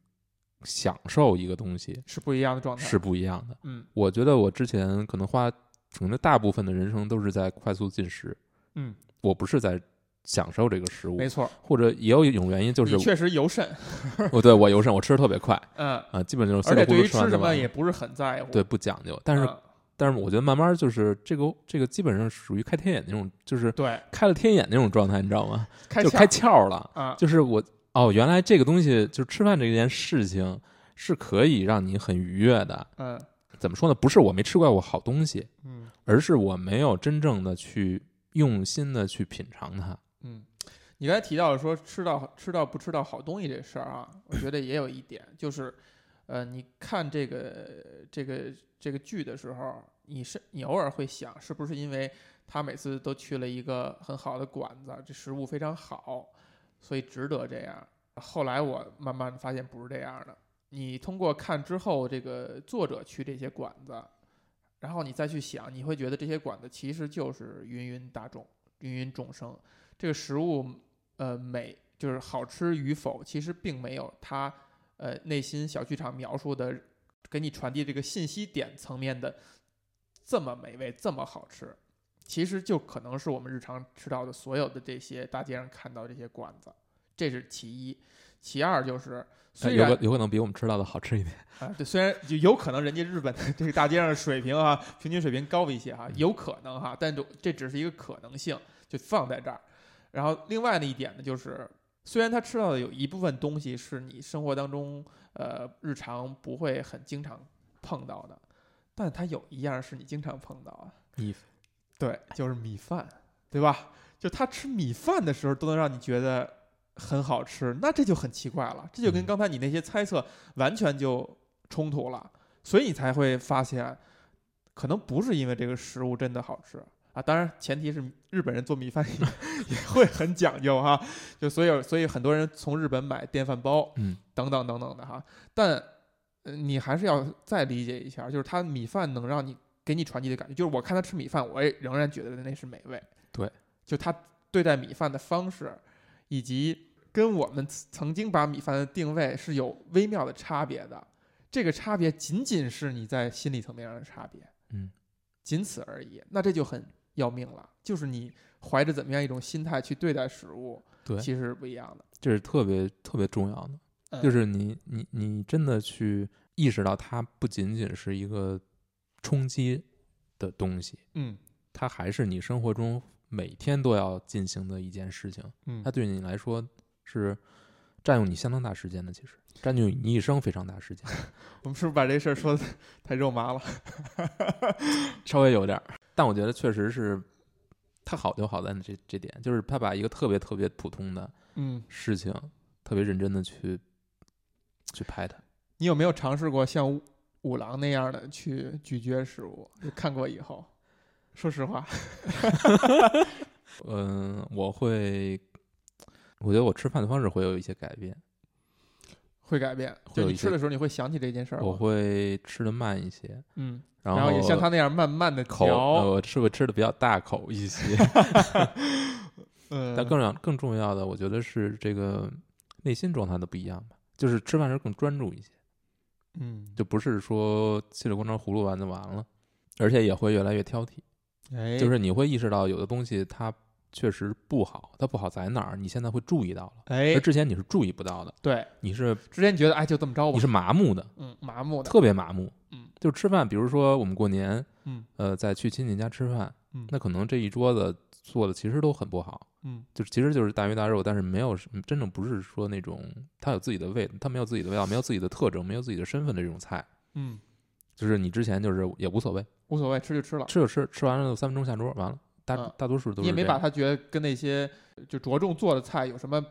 S2: 享受一个东西
S1: 是不一样的状态。
S2: 是，不一样的。
S1: 嗯
S2: 我觉得我之前可能花可能大部分的人生都是在快速进食，
S1: 嗯，
S2: 我不是在享受这个食物
S1: 没，错，
S2: 或者也有一种原因就是
S1: 你确实尤甚，
S2: 我对我有肾，我吃的特别快
S1: 嗯。
S2: 啊，基本就是
S1: 而
S2: 稀里
S1: 且
S2: 糊
S1: 对
S2: 涂
S1: 于
S2: 吃
S1: 吃
S2: 完
S1: 什
S2: 就
S1: 么
S2: 完了
S1: 也，不是很在乎。
S2: 对，不讲究。但是
S1: 嗯
S2: 但是我觉得慢慢就是这个这个基本上属于开天眼那种，就是
S1: 对，
S2: 开了天眼那种状态，你知道吗？
S1: 开
S2: 就
S1: 窍
S2: 开窍了，
S1: 啊，
S2: 就是我哦，原来这个东西就是吃饭这件事情是可以让你很愉悦的。
S1: 嗯
S2: 怎么说呢？不是我没吃过好东西，
S1: 嗯
S2: 而是我没有真正的去用心的去品尝它。
S1: 嗯。你刚才提到了说吃到吃到不吃到好东西这事儿啊，我觉得也有一点，就是，呃，你看这个这个这个剧的时候，你是你偶尔会想，是不是因为他每次都去了一个很好的馆子，这食物非常好，所以值得这样。后来我慢慢地发现不是这样的。你通过看之后，这个作者去这些馆子，然后你再去想，你会觉得这些馆子其实就是芸芸大众、芸芸众生。这个食物，呃，美就是好吃与否，其实并没有他呃内心小剧场描述的，给你传递这个信息点层面的这么美味、这么好吃。其实就可能是我们日常吃到的所有的这些大街上看到这些馆子，这是其一。其二就是，
S2: 呃
S1: 虽
S2: 有
S1: 然
S2: 可有可能比我们吃到的好吃一点。
S1: 啊，对，虽然就有可能人家日本的这个大街上的水平啊，平均水平高一些哈、有可能哈、但就这只是一个可能性，就放在这儿。然后另外的一点呢，就是虽然他吃到的有一部分东西是你生活当中呃日常不会很经常碰到的，但他有一样是你经常碰到啊，
S2: 米饭
S1: 对，就是米饭，对吧？就他吃米饭的时候都能让你觉得很好吃，那这就很奇怪了，这就跟
S2: 嗯
S1: 刚才你那些猜测完全就冲突了，所以你才会发现，可能不是因为这个食物真的好吃，啊，当然前提是日本人做米饭 也会很讲究哈，就所以所以很多人从日本买电饭煲，
S2: 嗯，
S1: 等等等等的哈，但呃你还是要再理解一下，就是它米饭能让你给你传递的感觉，就是我看他吃米饭，我也仍然觉得那是美味。
S2: 对，
S1: 就他对待米饭的方式，以及跟我们曾曾经把米饭的定位是有微妙的差别的。这个差别仅仅是你在心理层面上的差别，
S2: 嗯，
S1: 仅此而已。那这就很要命了，就是你怀着怎么样一种心态去对待食物，
S2: 对
S1: 其实是不一样的。
S2: 这是特别特别重要的，
S1: 嗯
S2: 就是你你你真的去意识到它不仅仅是一个冲击的东西，
S1: 嗯
S2: 它还是你生活中每天都要进行的一件事情，
S1: 嗯
S2: 它，对你来说是占用你相当大时间的，其实占用你一生非常大时间，
S1: 我们是不是把这事儿说的 太肉麻了？
S2: 稍微有点儿，但我觉得确实是它好就好在这这点，就是它把一个特别特别普通的
S1: 嗯，
S2: 事情，特别认真的去去拍它。
S1: 你有没有尝试过像五郎那样的去咀嚼食物？就看过以后，说实话，
S2: 嗯，我会，我觉得我吃饭的方式会有一些改变，
S1: 会改变。
S2: 会
S1: 就
S2: 有
S1: 你
S2: 一
S1: 吃
S2: 些
S1: 的时候，你会想起这件事儿吗。
S2: 我会吃的慢一些，
S1: 嗯，
S2: 然
S1: 然
S2: 后
S1: 也像他那样慢慢的
S2: 口，呃
S1: 嚼。
S2: 我是会吃的比较大口 一些。
S1: 嗯，
S2: 但更让更重要的，我觉得是这个内心状态的不一样吧，就是吃饭时候更专注一些，
S1: 嗯，
S2: 就不是说稀里咣当葫芦完就完了，而且也会越来越挑剔，
S1: 哎，
S2: 就是你会意识到有的东西它确实不好，它不好在哪儿，你现在会注意到了，
S1: 哎
S2: 而，之前你是注意不到的，
S1: 对，
S2: 你是
S1: 之前你觉得哎就这么着吧
S2: 你，是麻木的，
S1: 嗯，麻木的，
S2: 特别麻木，
S1: 嗯，
S2: 就吃饭，比如说我们过年，
S1: 嗯，
S2: 呃，在去亲戚家吃饭，
S1: 嗯
S2: 那可能这一桌子做的其实都很不好，
S1: 嗯
S2: 就是其实就是大鱼大肉，但是没有什真正不是说那种它有自己的味，它没有自己的味道，没有自己的特征，没有自己的身份的这种菜，
S1: 嗯，
S2: 就是你之前就是也无所谓，
S1: 无所谓，吃就吃了。
S2: 吃就吃，吃完了就三分钟下桌，完了，大、
S1: 嗯
S2: 大多数都
S1: 你也
S2: 是
S1: 没
S2: 这
S1: 把
S2: 样
S1: 它觉得跟那些就着重做的菜有什么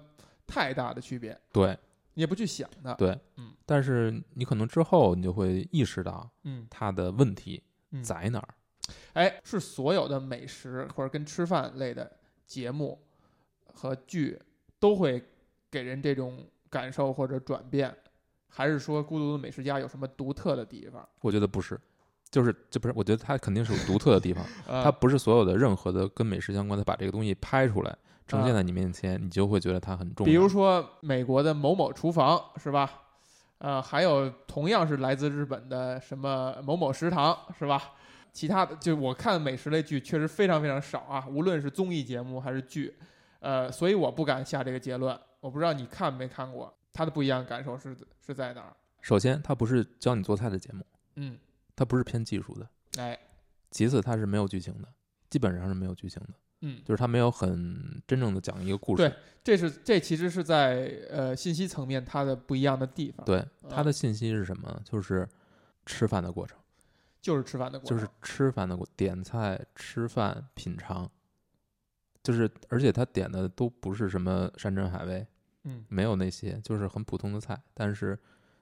S1: 太大的区别，
S2: 对，
S1: 你也不去想它。
S2: 对
S1: 嗯
S2: 但是你可能之后你就会意识到
S1: 嗯，
S2: 它的问题
S1: 嗯
S2: 在哪儿，
S1: 哎，是所有的美食或者跟吃饭类的节目和剧都会给人这种感受或者转变，还是说《孤独的美食家》有什么独特的地方？
S2: 我觉得不是。就是这不是，我觉得它肯定是有独特的地方，
S1: 呃
S2: 它不是所有的任何的跟美食相关的，把这个东西拍出来呈现在你面前，你就会觉得它很重
S1: 嗯
S2: 要。
S1: 比如说美国的某某厨房是吧？呃，还有同样是来自日本的什么某某食堂是吧？其他的就我看美食类剧确实非常非常少啊，无论是综艺节目还是剧，呃，所以我不敢下这个结论。我不知道你看没看过，它的不一样感受是是在哪儿？
S2: 首先它不是教你做菜的节目，
S1: 嗯，
S2: 它不是偏技术的；
S1: 哎，
S2: 其次，它是没有剧情的，基本上是没有剧情的，
S1: 嗯，
S2: 就是它没有很真正的讲一个故事。
S1: 对这是这其实是在呃信息层面它的不一样的地方。，
S2: 对，
S1: 嗯
S2: 它的信息是什么？就是吃饭的过程，
S1: 就是吃饭的过
S2: 就
S1: 程，
S2: 是吃饭的过点菜、吃饭、品尝，就是而且它点的都不是什么山珍海味，
S1: 嗯
S2: 没有那些，就是很普通的菜，但是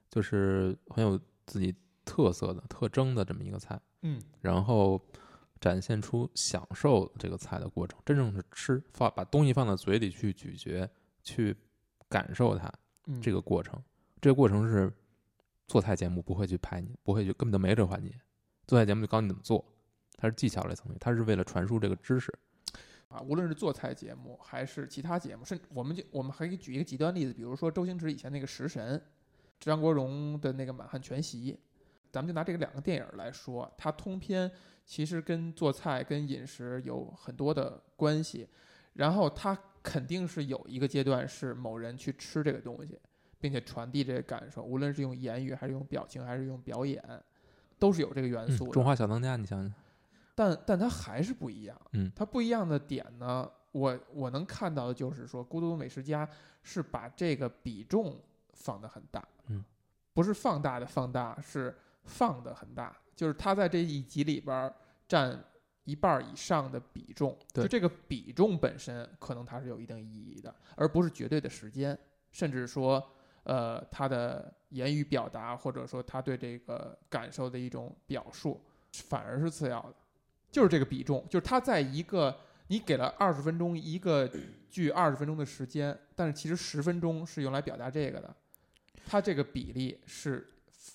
S2: 就是很有自己特色的、特征的这么一个菜，
S1: 嗯
S2: 然后展现出享受这个菜的过程，真正是吃放把东西放到嘴里去咀嚼、去感受它
S1: 嗯，
S2: 这
S1: 个
S2: 个过程。这个过程是做菜节目不会去拍你，不会去根本就没这环节。做菜节目就告诉你怎么做，它是技巧类层面，它是为了传输这个知识。
S1: 啊，无论是做菜节目还是其他节目，甚至我们就我们还可以举一个极端例子，比如说周星驰以前那个《食神》，张国荣的那个《满汉全席》，咱们就拿这个两个电影来说，它通篇其实跟做菜、跟饮食有很多的关系，然后它肯定是有一个阶段是某人去吃这个东西，并且传递这个感受，无论是用言语还是用表情还是用表演，都是有这个元
S2: 嗯
S1: 素的。
S2: 中华小当家，你想想，
S1: 但但它还是不一样。
S2: 嗯，
S1: 它不一样的点呢，我我能看到的就是说，《孤独美食家》是把这个比重放得很大。
S2: 嗯，
S1: 不是放大的放大，是放得很大，就是它在这一集里边儿占。一半儿以上的比重，
S2: 对
S1: 就这个比重本身，可能它是有一定意义的，而不是绝对的时间，甚至说，呃，他的言语表达，或者说他对这个感受的一种表述，反而是次要的。就是这个比重，就是它在一个你给了二十分钟一个剧二十分钟的时间，但是其实十分钟是用来表达这个的，它这个比例是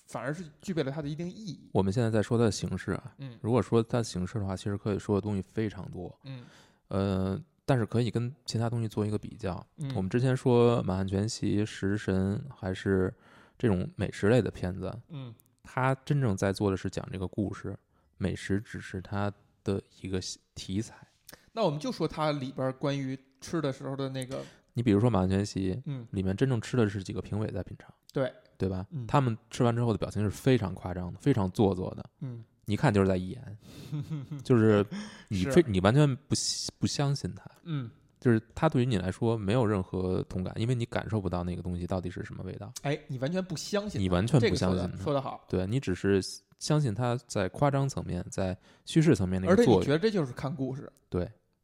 S1: 反而是具备了它的一定意义。
S2: 我们现在在说它的形式啊，
S1: 嗯
S2: 如果说它的形式的话，其实可以说的东西非常多，
S1: 嗯
S2: 呃，但是可以跟其他东西做一个比较。
S1: 嗯，
S2: 我们之前说《满汉全席》《食神》还是这种美食类的片子，
S1: 嗯
S2: 它真正在做的是讲这个故事，美食只是它的一个题材。
S1: 那我们就说它里边关于吃的时候的那个
S2: 你比如说《满汉全席》
S1: 嗯
S2: 里面真正吃的是几个评委在品尝，
S1: 对
S2: 对吧？
S1: 嗯
S2: 他们吃完之后的表情是非常夸张的，非常做作的，
S1: 嗯
S2: 你一看就是在一 眼，就是你
S1: 是啊
S2: 非你完全不信不相信他，
S1: 嗯，
S2: 就是他对于你来说没有任何同感，因为你感受不到那个东西到底是什么味道，
S1: 哎，你完全不相信它，啊
S2: 你完全
S1: 这
S2: 不
S1: 个说
S2: 相
S1: 得
S2: 信啊
S1: 说
S2: 他，
S1: 的好，
S2: 对你只是相信他在夸张层面、在叙事层面的一
S1: 而且
S2: 个
S1: 你
S2: 作
S1: 觉得
S2: 用。
S1: 这就是看故事，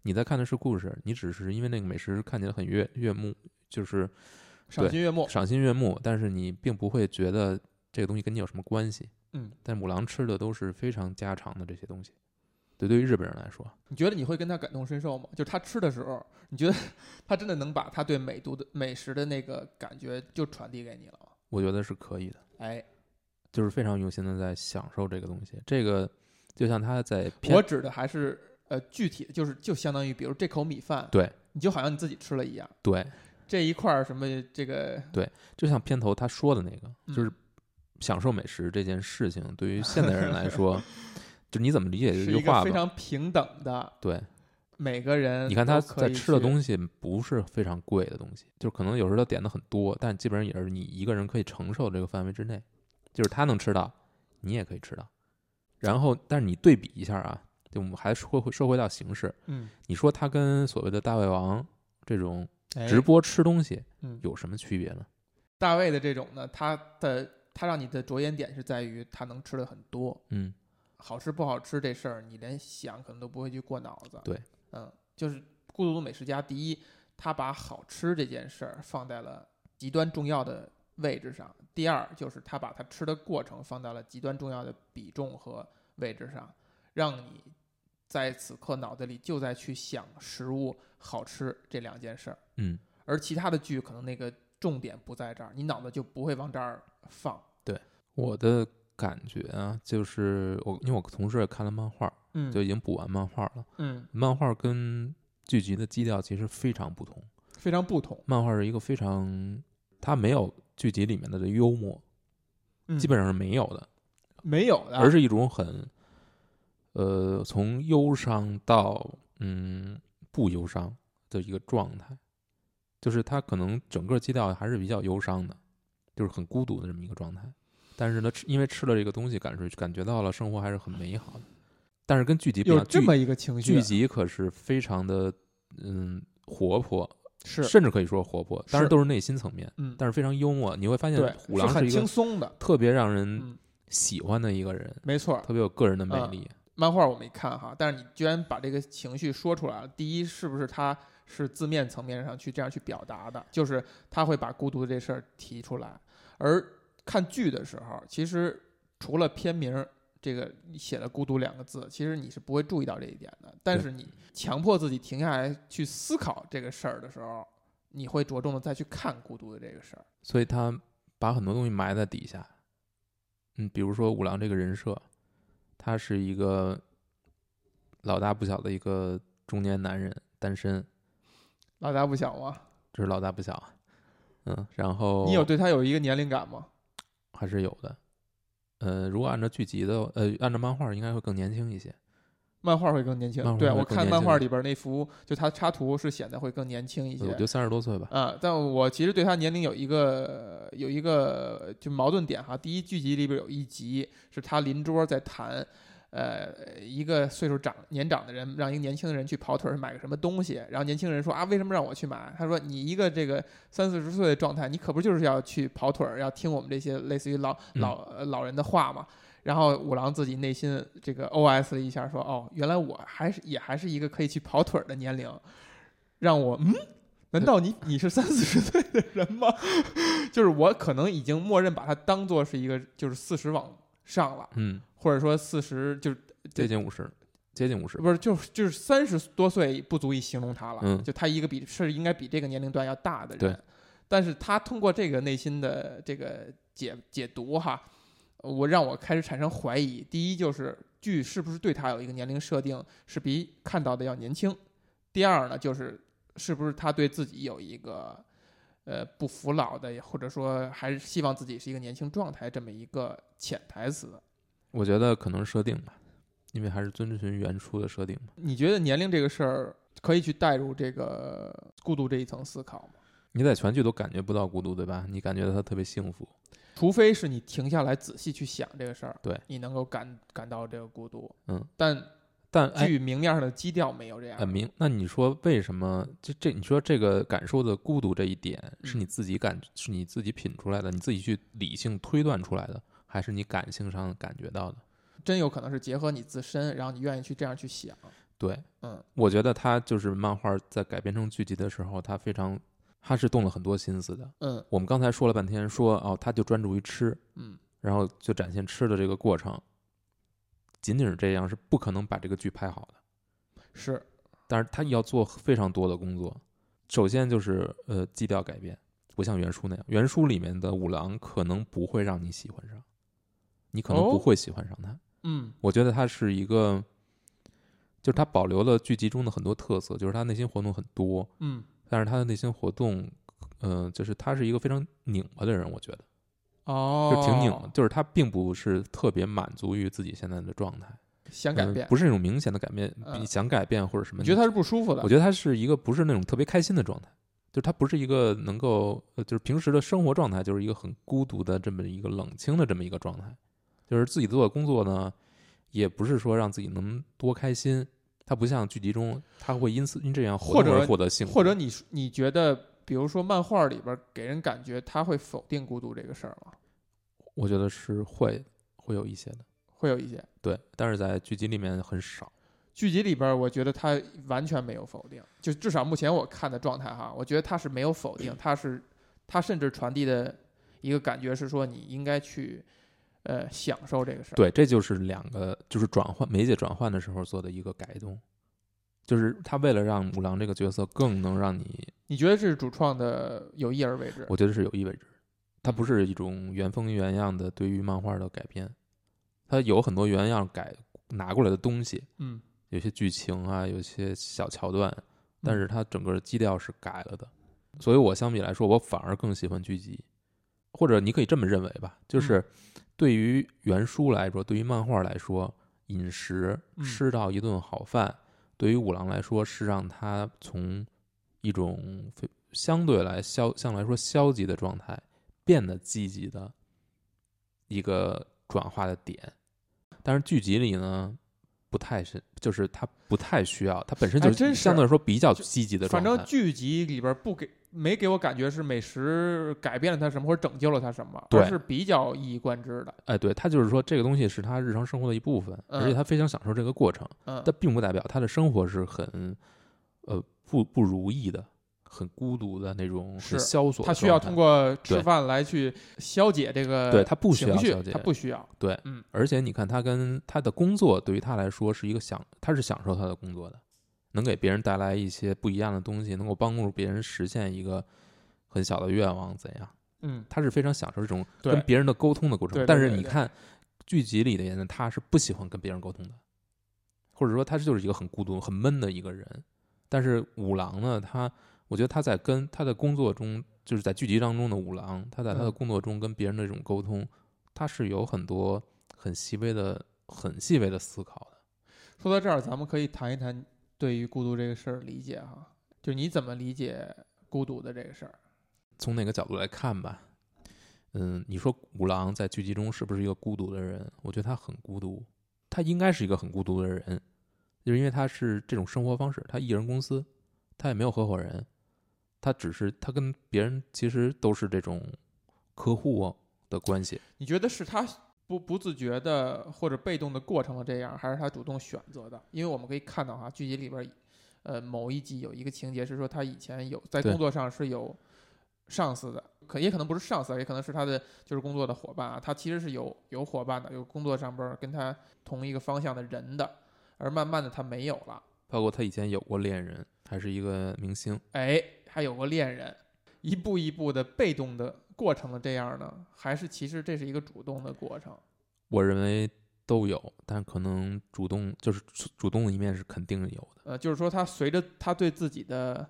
S2: 你在看的是故事，你只是因为那个美食看起来很悦悦目，就是
S1: 赏心悦目，
S2: 赏心悦目，但是你并不会觉得这个东西跟你有什么关系。
S1: 嗯，
S2: 但母狼吃的都是非常家常的这些东西，对，对于日本人来说，
S1: 你觉得你会跟他感同身受吗？就是他吃的时候，你觉得他真的能把他对美度的美食的那个感觉就传递给你了吗？
S2: 我觉得是可以的，
S1: 哎，
S2: 就是非常用心的在享受这个东西。这个就像他在片
S1: 我，指的还是呃具体的，就是就相当于比如这口米饭，
S2: 对，
S1: 你就好像你自己吃了一样，
S2: 对，
S1: 这一块儿什么这个，
S2: 就像片头他说的那个，
S1: 嗯
S2: 就是享受美食这件事情，对于现代人来说， 就你怎么理解
S1: 是
S2: 这
S1: 一
S2: 句
S1: 个
S2: 话
S1: 非
S2: 吧？
S1: 常平等的，
S2: 对，
S1: 每个人
S2: 你看他
S1: 都可
S2: 在
S1: 以
S2: 吃的
S1: 去
S2: 东西不是非常贵的东西，就可能有时候他点的很多，但基本上也是你一个人可以承受这个范围之内，就是他能吃到，你也可以吃到。然后，但是你对比一下啊，就我们还说回说回到形式，
S1: 嗯，
S2: 你说他跟所谓的大胃王这种
S1: 哎
S2: 直播吃东西
S1: 嗯
S2: 有什么区别呢？
S1: 大卫的这种呢，他的他让你的着眼点是在于他能吃的很多，
S2: 嗯，
S1: 好吃不好吃这事儿，你连想可能都不会去过脑子。
S2: 对，
S1: 嗯，就是《孤独的美食家》，第一，他把好吃这件事儿放在了极端重要的位置上；第二，就是他把他吃的过程放到了极端重要的比重和位置上，让你在此刻脑子里就在去想食物好吃这两件事儿。
S2: 嗯，
S1: 而其他的剧可能那个重点不在这儿，你脑子就不会往这儿放。
S2: 我的感觉啊，就是我因为我同事也看了漫画，
S1: 嗯，
S2: 就已经补完漫画了，
S1: 嗯，
S2: 漫画跟剧集的基调其实非常不同。
S1: 非常不同，
S2: 漫画是一个非常，它没有剧集里面的幽默，
S1: 嗯啊
S2: 基本上是没有的，
S1: 没有的，
S2: 而是一种很，呃，从忧伤到嗯不忧伤的一个状态，就是它可能整个基调还是比较忧伤的，就是很孤独的这么一个状态。但是呢，吃因为吃了这个东西，感受感觉到了生活还是很美好的。但是跟剧集不一
S1: 有
S2: 样，
S1: 这
S2: 剧
S1: 么一个情绪啊
S2: 剧，集可是非常的嗯活泼，
S1: 是
S2: 甚至可以说活泼，当然
S1: 是
S2: 都是内心层面。
S1: 嗯，
S2: 但是非常幽默。你会发现
S1: 对，
S2: 虎
S1: 是
S2: 狼
S1: 很
S2: 一个
S1: 轻松的，
S2: 特别让人
S1: 嗯，
S2: 喜欢的一个人，
S1: 没错儿。
S2: 特别有个人的魅力。
S1: 漫画我没看哈，但是你居然把这个情绪说出来了，第一是不是他是字面层面上去这样去表达的，就是他会把孤独这事儿提出来，而看剧的时候，其实除了片名儿这个写了“孤独”两个字，其实你是不会注意到这一点的。但是你强迫自己停下来去思考这个事儿的时候，你会着重的再去看孤独的这个事儿。
S2: 所以他把很多东西埋在底下。嗯，比如说五郎这个人设，他是一个老大不小的一个中年男人，单身，
S1: 老大不小吗？
S2: 这是老大不小。嗯，然后
S1: 你有对他有一个年龄感吗？
S2: 还是有的。呃，如果按照剧集的，呃，按照漫画应该会更年轻一些。
S1: 漫画会更年轻
S2: 漫，画
S1: 对啊
S2: 会
S1: 我
S2: 更
S1: 看
S2: 年
S1: 漫
S2: 轻
S1: 画
S2: 一
S1: 里边那幅，就他插图是显得会更年轻一些
S2: 我。觉得三十多岁吧。
S1: 啊、但我其实对他年龄有一个有一个就矛盾点哈。第一剧集里边有一集是他邻桌在谈，呃，一个岁数长年长的人让一个年轻的人去跑腿儿买个什么东西，然后年轻人说啊，为什么让我去买？他说你一个这个三四十岁的状态，你可不就是要去跑腿儿，要听我们这些类似于老
S2: 嗯
S1: 老、呃老人的话嘛？然后五郎自己内心这个 OS 了一下说，哦，原来我还是也还是一个可以去跑腿儿的年龄，让我嗯。难道你你是三四十岁的人吗？ 就是我可能已经默认把它当做是一个就是四十往上了，
S2: 嗯，
S1: 或者说四十就是
S2: 接近五十。接近五十，
S1: 不是，就是就是三十多岁不足以形容他了，
S2: 嗯
S1: 就他一个比是应该比这个年龄段要大的
S2: 对
S1: 人，但是他通过这个内心的这个解解读哈，呃我让我开始产生怀疑。第一就是剧是不是对他有一个年龄设定是比看到的要年轻，第二呢就是是不是他对自己有一个呃不服老的，或者说还是希望自己是一个年轻状态这么一个潜台词。
S2: 我觉得可能是设定吧，因为还是遵循原初的设定嘛。
S1: 你觉得年龄这个事儿可以去带入这个孤独这一层思考吗？
S2: 你在全剧都感觉不到孤独，对吧？你感觉到他特别幸福，
S1: 除非是你停下来仔细去想这个事儿，
S2: 对
S1: 你能够感感到这个孤独。
S2: 嗯，
S1: 但
S2: 但哎，
S1: 剧明面上的基调没有这样。
S2: 很明。那你说为什么这这？你说这个感受的孤独这一点，是你自己感，是你自己品出来的，你自己去理性推断出来的，还是你感性上感觉到的？
S1: 真有可能是结合你自身，然后你愿意去这样去想。
S2: 对，
S1: 嗯，
S2: 我觉得他就是漫画在改编成剧集的时候，他非常，他是动了很多心思的。
S1: 嗯
S2: 我们刚才说了半天，说哦，他就专注于吃，
S1: 嗯，
S2: 然后就展现吃的这个过程，仅仅是这样是不可能把这个剧拍好的。
S1: 是
S2: 但是他要做非常多的工作。首先就是呃基调改变，不像原书那样，原书里面的五郎可能不会让你喜欢上，你可能
S1: 哦
S2: 不会喜欢上他。
S1: 嗯
S2: 我觉得他是一个，就是他保留了剧集中的很多特色，就是他内心活动很多，
S1: 嗯
S2: 但是他的内心活动，呃，就是他是一个非常拧巴的人，我觉得
S1: 哦，
S2: 就挺拧巴，就是他并不是特别满足于自己现在的状态，
S1: 想改
S2: 嗯
S1: 变。
S2: 不是那种明显的改变，
S1: 嗯
S2: 想改变或者什么，
S1: 你觉得他是不舒服的
S2: 我？觉得他是一个不是那种特别开心的状态，就是他不是一个能够，呃就是平时的生活状态，就是一个很孤独的这么一个冷清的这么一个状态，就是自己做的工作呢，也不是说让自己能多开心，他不像剧集中，他会因此因这样活
S1: 或
S2: 动而
S1: 者
S2: 获得幸福，
S1: 或者你你觉得，比如说漫画里边给人感觉他会否定孤独这个事儿吗？
S2: 我觉得是会会有一些的，
S1: 会有一些。
S2: 对，但是在剧集里面很少，
S1: 剧集里边儿，我觉得他完全没有否定，就至少目前我看的状态哈，我觉得他是没有否定，他是他甚至传递的一个感觉是说你应该去呃享受这个事儿。
S2: 对，这就是两个就是转换媒介转换的时候做的一个改动。就是他为了让五郎这个角色更能让你
S1: 你觉得这是主创的有意而为之？
S2: 我觉得是有意为之。它不是一种原封原样的对于漫画的改编，它有很多原样改拿过来的东西，
S1: 嗯，
S2: 有些剧情啊，有些小桥段，但是它整个基调是改了的。所以我相比来说，我反而更喜欢剧集，或者你可以这么认为吧，就是对于原书来说，对于漫画来说，饮食
S1: 嗯
S2: 吃到一顿好饭，对于五郎来说是让他从一种非相对来消相来说消极的状态变得积极的一个转化的点。但是剧集里呢，不太是，就是他不太需要，他本身
S1: 哎
S2: 就
S1: 真是
S2: 相对来说比较
S1: 就
S2: 积极的状
S1: 反
S2: 态。
S1: 正剧集里边儿不给没给我感觉是美食改变了他什么或者拯救了他什么，
S2: 对
S1: 而是比较一以贯之的。
S2: 哎，对他就是说，这个东西是他日常生活的一部分，
S1: 嗯
S2: 而且他非常享受这个过程，
S1: 嗯，
S2: 但并不代表他的生活是很，呃，不不如意的，很孤独的那种，
S1: 是
S2: 很萧索
S1: 他
S2: 的状态。
S1: 需要通过吃
S2: 对
S1: 饭来去消解这个
S2: 对他不需
S1: 情
S2: 要
S1: 绪
S2: 消，解
S1: 他，不需要。
S2: 对，
S1: 嗯
S2: 而且你看他跟他的工作，对于他来说是一个享，他是享受他的工作的，能给别人带来一些不一样的东西，能够帮助别人实现一个很小的愿望，怎样？
S1: 嗯，
S2: 他是非常享受这种
S1: 对
S2: 跟别人的沟通的过程
S1: 对。对
S2: 但是
S1: 对
S2: 你
S1: 对
S2: 看剧集里的人呢，他是不喜欢跟别人沟通的，或者说他就是一个很孤独、很闷的一个人。但是五郎呢，他我觉得他在跟他的工作中，就是在剧集当中的五郎，他在他的
S1: 嗯
S2: 工作中跟别人的这种沟通，他是有很多很细微的、很细微的思考的。
S1: 说到这儿，咱们可以谈一谈对于孤独这个事儿理解哈，就你怎么理解孤独的这个事儿？
S2: 从哪个角度来看吧，嗯，你说五郎在剧集中是不是一个孤独的人？我觉得他很孤独，他应该是一个很孤独的人，就是因为他是这种生活方式，他一人公司，他也没有合伙人，他只是他跟别人其实都是这种客户的关系。
S1: 你觉得是他不不自觉的或者被动的过程了这样，还是他主动选择的？因为我们可以看到哈，剧集里边儿，呃，某一集有一个情节是说他以前有在
S2: 对
S1: 工作上是有上司的，可也可能不是上司，也可能是他的就是工作的伙伴啊，他其实是有有伙伴的，有工作上边儿跟他同一个方向的人的。而慢慢的他没有了，
S2: 包括他以前有过恋人，还是一个明星，
S1: 哎，还有过恋人，一步一步的被动的过成了这样呢，还是其实这是一个主动的过程，
S2: 我认为都有，但可能主动就是主主动的一面是肯定有的。
S1: 呃，就是说他随着他对自己的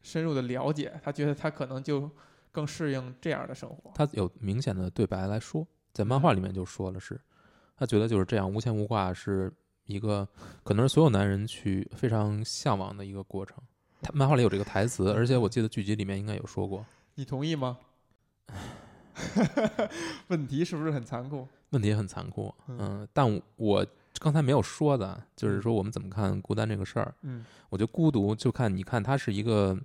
S1: 深入的了解，他觉得他可能就更适应这样的生活，
S2: 他有明显的对白来说，在漫画里面就说了是，他觉得就是这样无牵无挂是一个可能是所有男人去非常向往的一个过程。他漫画里有这个台词，而且我记得剧集里面应该有说过。
S1: 你同意吗？ 问题是不是很残酷？
S2: 问题也很残酷，
S1: 嗯
S2: 嗯，但我刚才没有说的，就是说我们怎么看孤单这个事儿。
S1: 嗯
S2: 我觉得孤独就看你看它是一个，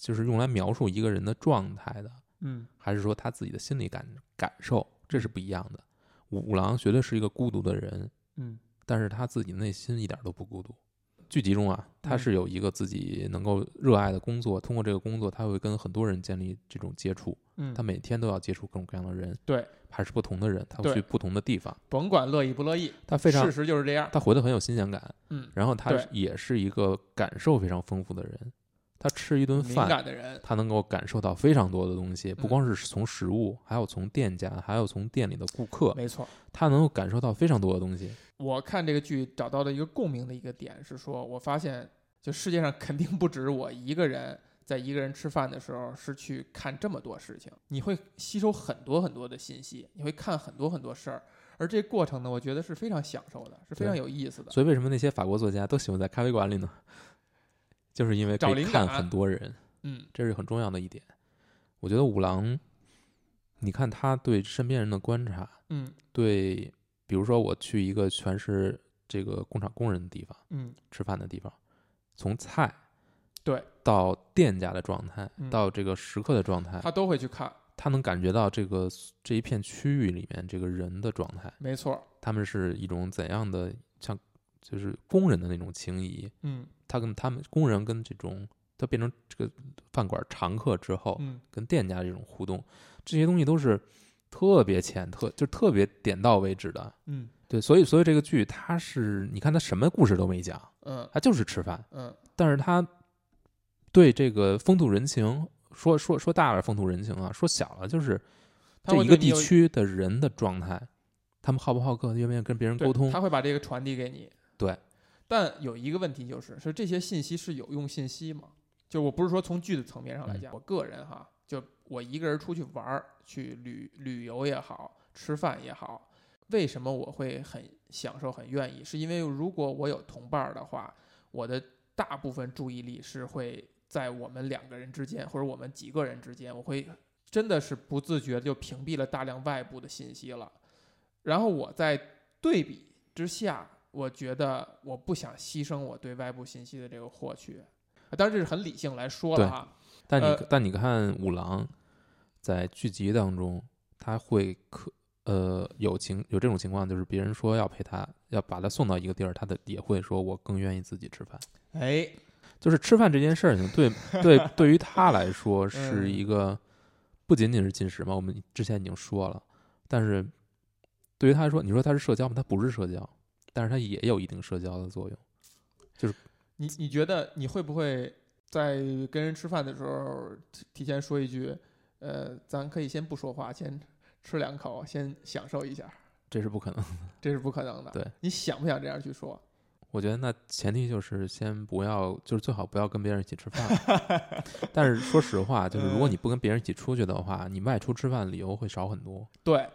S2: 就是用来描述一个人的状态的，
S1: 嗯
S2: 还是说他自己的心理感感受，这是不一样的。五五郎绝对是一个孤独的人，
S1: 嗯
S2: 但是他自己内心一点都不孤独。剧集中啊，他
S1: 嗯
S2: 是有一个自己能够热爱的工作，通过这个工作，他会跟很多人建立这种接触。
S1: 嗯，
S2: 他每天都要接触各种各样的人，
S1: 对，
S2: 还是不同的人，他会
S1: 对
S2: 去不同的地方，
S1: 甭管乐意不乐意，
S2: 他非常
S1: 事实就是这样。
S2: 他活得很有新鲜感，
S1: 嗯，
S2: 然后他
S1: 对
S2: 也是一个感受非常丰富的人，他吃一顿
S1: 敏
S2: 饭，
S1: 感的人，
S2: 他能够感受到非常多的东西，
S1: 嗯
S2: 不光是从食物，还有从店家，还有从店里的顾客，
S1: 没错。
S2: 他能够感受到非常多的东西。
S1: 我看这个剧找到的一个共鸣的一个点是说，我发现就世界上肯定不止我一个人，在一个人吃饭的时候是去看这么多事情，你会吸收很多很多的信息，你会看很多很多事儿，而这过程呢，我觉得是非常享受的，是非常有意思的。
S2: 所以为什么那些法国作家都喜欢在咖啡馆里呢？ 就是因为
S1: 找
S2: 可以
S1: 灵
S2: 看
S1: 感
S2: 很多人，
S1: 嗯
S2: 这是很重要的一点。我觉得五郎，你看他对身边人的观察，
S1: 嗯
S2: 对，比如说我去一个全是这个工厂工人的地方。
S1: 嗯，
S2: 吃饭的地方，从菜
S1: 对
S2: 到店家的状态，
S1: 嗯
S2: 到这个食客的状态，
S1: 他都会去看，
S2: 他能感觉到这个这一片区域里面这个人的状态，
S1: 没错。
S2: 他们是一种怎样的像就是工人的那种情谊，
S1: 嗯
S2: 他跟他们工人跟这种他变成这个饭馆常客之后，
S1: 嗯，
S2: 跟店家这种互动，这些东西都是特别浅特就特别点到为止的。
S1: 嗯
S2: 对，所以所以这个剧它是你看它什么故事都没讲，
S1: 嗯
S2: 它就是吃饭。
S1: 嗯
S2: 但是他对这个风土人情，说说说大了风土人情啊，说小了就是，
S1: 他
S2: 这
S1: 会
S2: 一个
S1: 对你
S2: 地
S1: 有
S2: 区的人的状态，他们好不好客，愿不愿意跟别人
S1: 对
S2: 沟通
S1: 他，会把这个传递给你。
S2: 对，
S1: 但有一个问题就是，是这些信息是有用信息吗？就我不是说从剧的层面
S2: 嗯
S1: 上来讲，我个人哈，就我一个人出去玩儿，去旅旅游也好，吃饭也好，为什么我会很享受、很愿意？是因为如果我有同伴儿的话，我的大部分注意力是会在我们两个人之间，或者我们几个人之间，我会真的是不自觉地就屏蔽了大量外部的信息了。然后我在对比之下，我觉得我不想牺牲我对外部信息的这个获取，啊当然这是很理性来说了哈。
S2: 但你、
S1: 呃
S2: 但你看五郎在剧集当中，他会可呃有情有这种情况，就是别人说要陪他，要把他送到一个地儿，他的也会说我更愿意自己吃饭。
S1: 哎，
S2: 就是吃饭这件事情，对对，对于他来说是一个不仅仅是进食嘛，我们之前已经说了，但是对于他来说，你说他是社交吗？他不是社交，但是他也有一定社交的作用。
S1: 你你觉得你会不会在跟人吃饭的时候提提前说一句，呃，咱可以先不说话，先吃两口，先享受一下？
S2: 这是不可能。
S1: 这是不可能的。
S2: 对，
S1: 你想不想这样去说？
S2: 我觉得那前提就是先不要，就是最好不要跟别人一起吃饭。 但是说实话，就是
S1: 嗯
S2: 如果你不跟别人一起出去的话，你外出吃饭的理由会少很多。
S1: 对，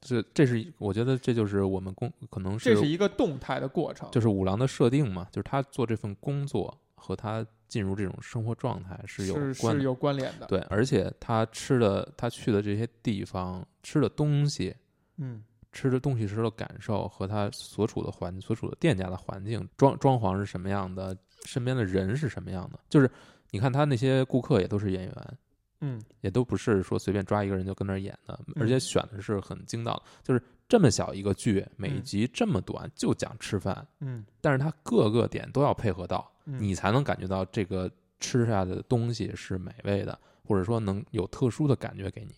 S2: 这这是我觉得这就是我们公可能
S1: 这是一个动态的过程。
S2: 就是五郎的设定嘛，就是他做这份工作和他进入这种生活状态是有
S1: 是
S2: 关
S1: 是
S2: 的。
S1: 有关联的。
S2: 对，而且他吃的他去的这些地方吃的东西，
S1: 嗯，
S2: 吃的东西时候的感受和他所处的环所处的店家的环境装装潢是什么样的，身边的人是什么样的，就是你看他那些顾客也都是演员。
S1: 嗯
S2: 也都不是说随便抓一个人就跟那儿演的，而且
S1: 嗯
S2: 选的是很精到的，就是这么小一个剧，每一
S1: 嗯
S2: 集这么短，就讲吃饭，
S1: 嗯，
S2: 但是它各个点都要配合到，
S1: 嗯
S2: 你才能感觉到这个吃下的东西是美味的，或者说能有特殊的感觉给你。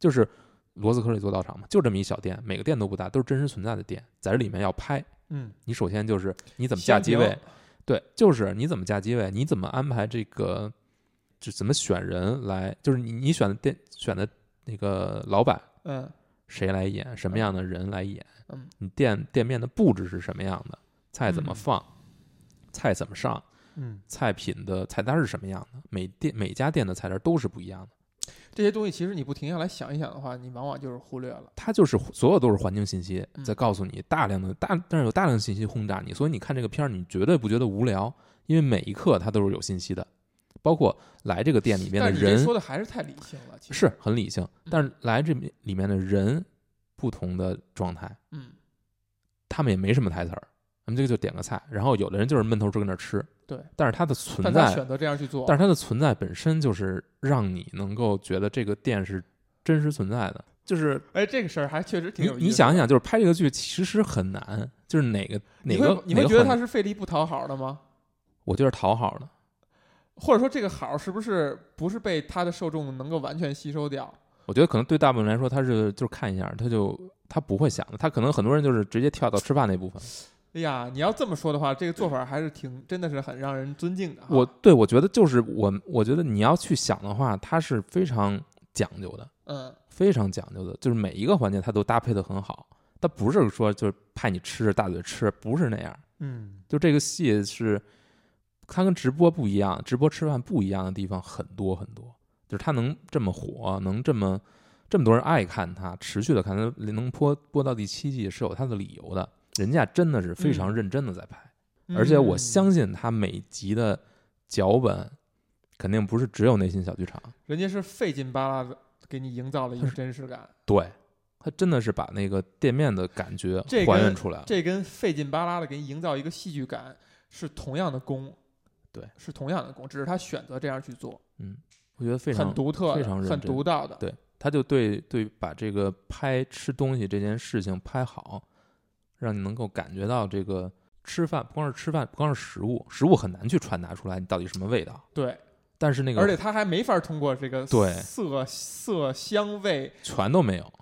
S2: 就是罗斯科里做道场嘛，就这么一小店，每个店都不大，都是真实存在的店，在这里面要拍，
S1: 嗯，
S2: 你首先就是你怎么架机位
S1: 先，
S2: 对，就是你怎么架机位，你怎么安排这个，就怎么选人来，就是你你选的店选的那个老板
S1: 嗯
S2: 谁来演，什么样的人来演，
S1: 嗯，
S2: 你店店面的布置是什么样的，菜怎么
S1: 嗯
S2: 放，菜怎么上，
S1: 嗯，
S2: 菜品的菜单是什么样的，每店每家店的菜单都是不一样的，
S1: 这些东西其实你不停下来想一想的话，你往往就是忽略了。
S2: 它就是所有都是环境信息
S1: 嗯
S2: 在告诉你大量的大，但是有大量的信息轰炸你，所以你看这个片儿，你绝对不觉得无聊，因为每一刻它都是有信息的，包括来这个店里面的
S1: 但是你这
S2: 人
S1: 说的嗯还是太理性了，其实
S2: 是很理性，但是来这里面的人不同的状态，
S1: 嗯，
S2: 他们也没什么台词儿，他们这个就点个菜，然后有的人就是闷头跟那儿吃，
S1: 对，
S2: 但是它的存
S1: 但他
S2: 在，
S1: 选择这样去做，
S2: 但是它的存在本身就是让你能够觉得这个店是真实存在的，就是
S1: 哎，这个事儿还确实挺
S2: 你
S1: 有意思的
S2: 你想一想，就是拍这个剧其实很难，就是哪个哪
S1: 你
S2: 个
S1: 会你会觉得他
S2: 是，
S1: 是费力不讨好的吗？
S2: 我就是讨好的，
S1: 或者说这个好是不是不是被他的受众能够完全吸收掉？
S2: 我觉得可能对大部分人来说，他是就是看一下，他就他不会想的，他可能很多人就是直接跳到吃饭那部分。
S1: 哎呀，你要这么说的话，这个做法还是挺真的是很让人尊敬的哈。
S2: 我对我觉得就是我，我觉得你要去想的话，它是非常讲究的，
S1: 嗯
S2: 非常讲究的，就是每一个环节它都搭配的很好，它不是说就是派你吃着大嘴吃，不是那样，
S1: 嗯
S2: 就这个戏是，它跟直播不一样，直播吃饭不一样的地方很多很多，就是它能这么火，能这么这么多人爱看它，持续的看它，能播播到第七季是有它的理由的，人家真的是非
S1: 嗯
S2: 常认真的在拍，而且我相信它每集的脚本肯定不是只有内心小剧场，
S1: 人家是费劲巴拉的给你营造了一个真实感，
S2: 对，它真的是把那个店面的感觉
S1: 这个
S2: 还原出来了，
S1: 这跟费劲巴拉的给你营造一个戏剧感是同样的功，
S2: 对，
S1: 是同样的功，只是他选择这样去做，
S2: 嗯，我觉得非常
S1: 很独特的
S2: 非常认
S1: 很
S2: 真
S1: 独到的。
S2: 对，他就对对把这个拍吃东西这件事情拍好，让你能够感觉到这个吃饭不光是吃饭，不光是食物，食物很难去传达出来你到底什么味道。
S1: 对，
S2: 但是那
S1: 而
S2: 个
S1: 且他还没法通过这个
S2: 对
S1: 色色香味，
S2: 全都没有，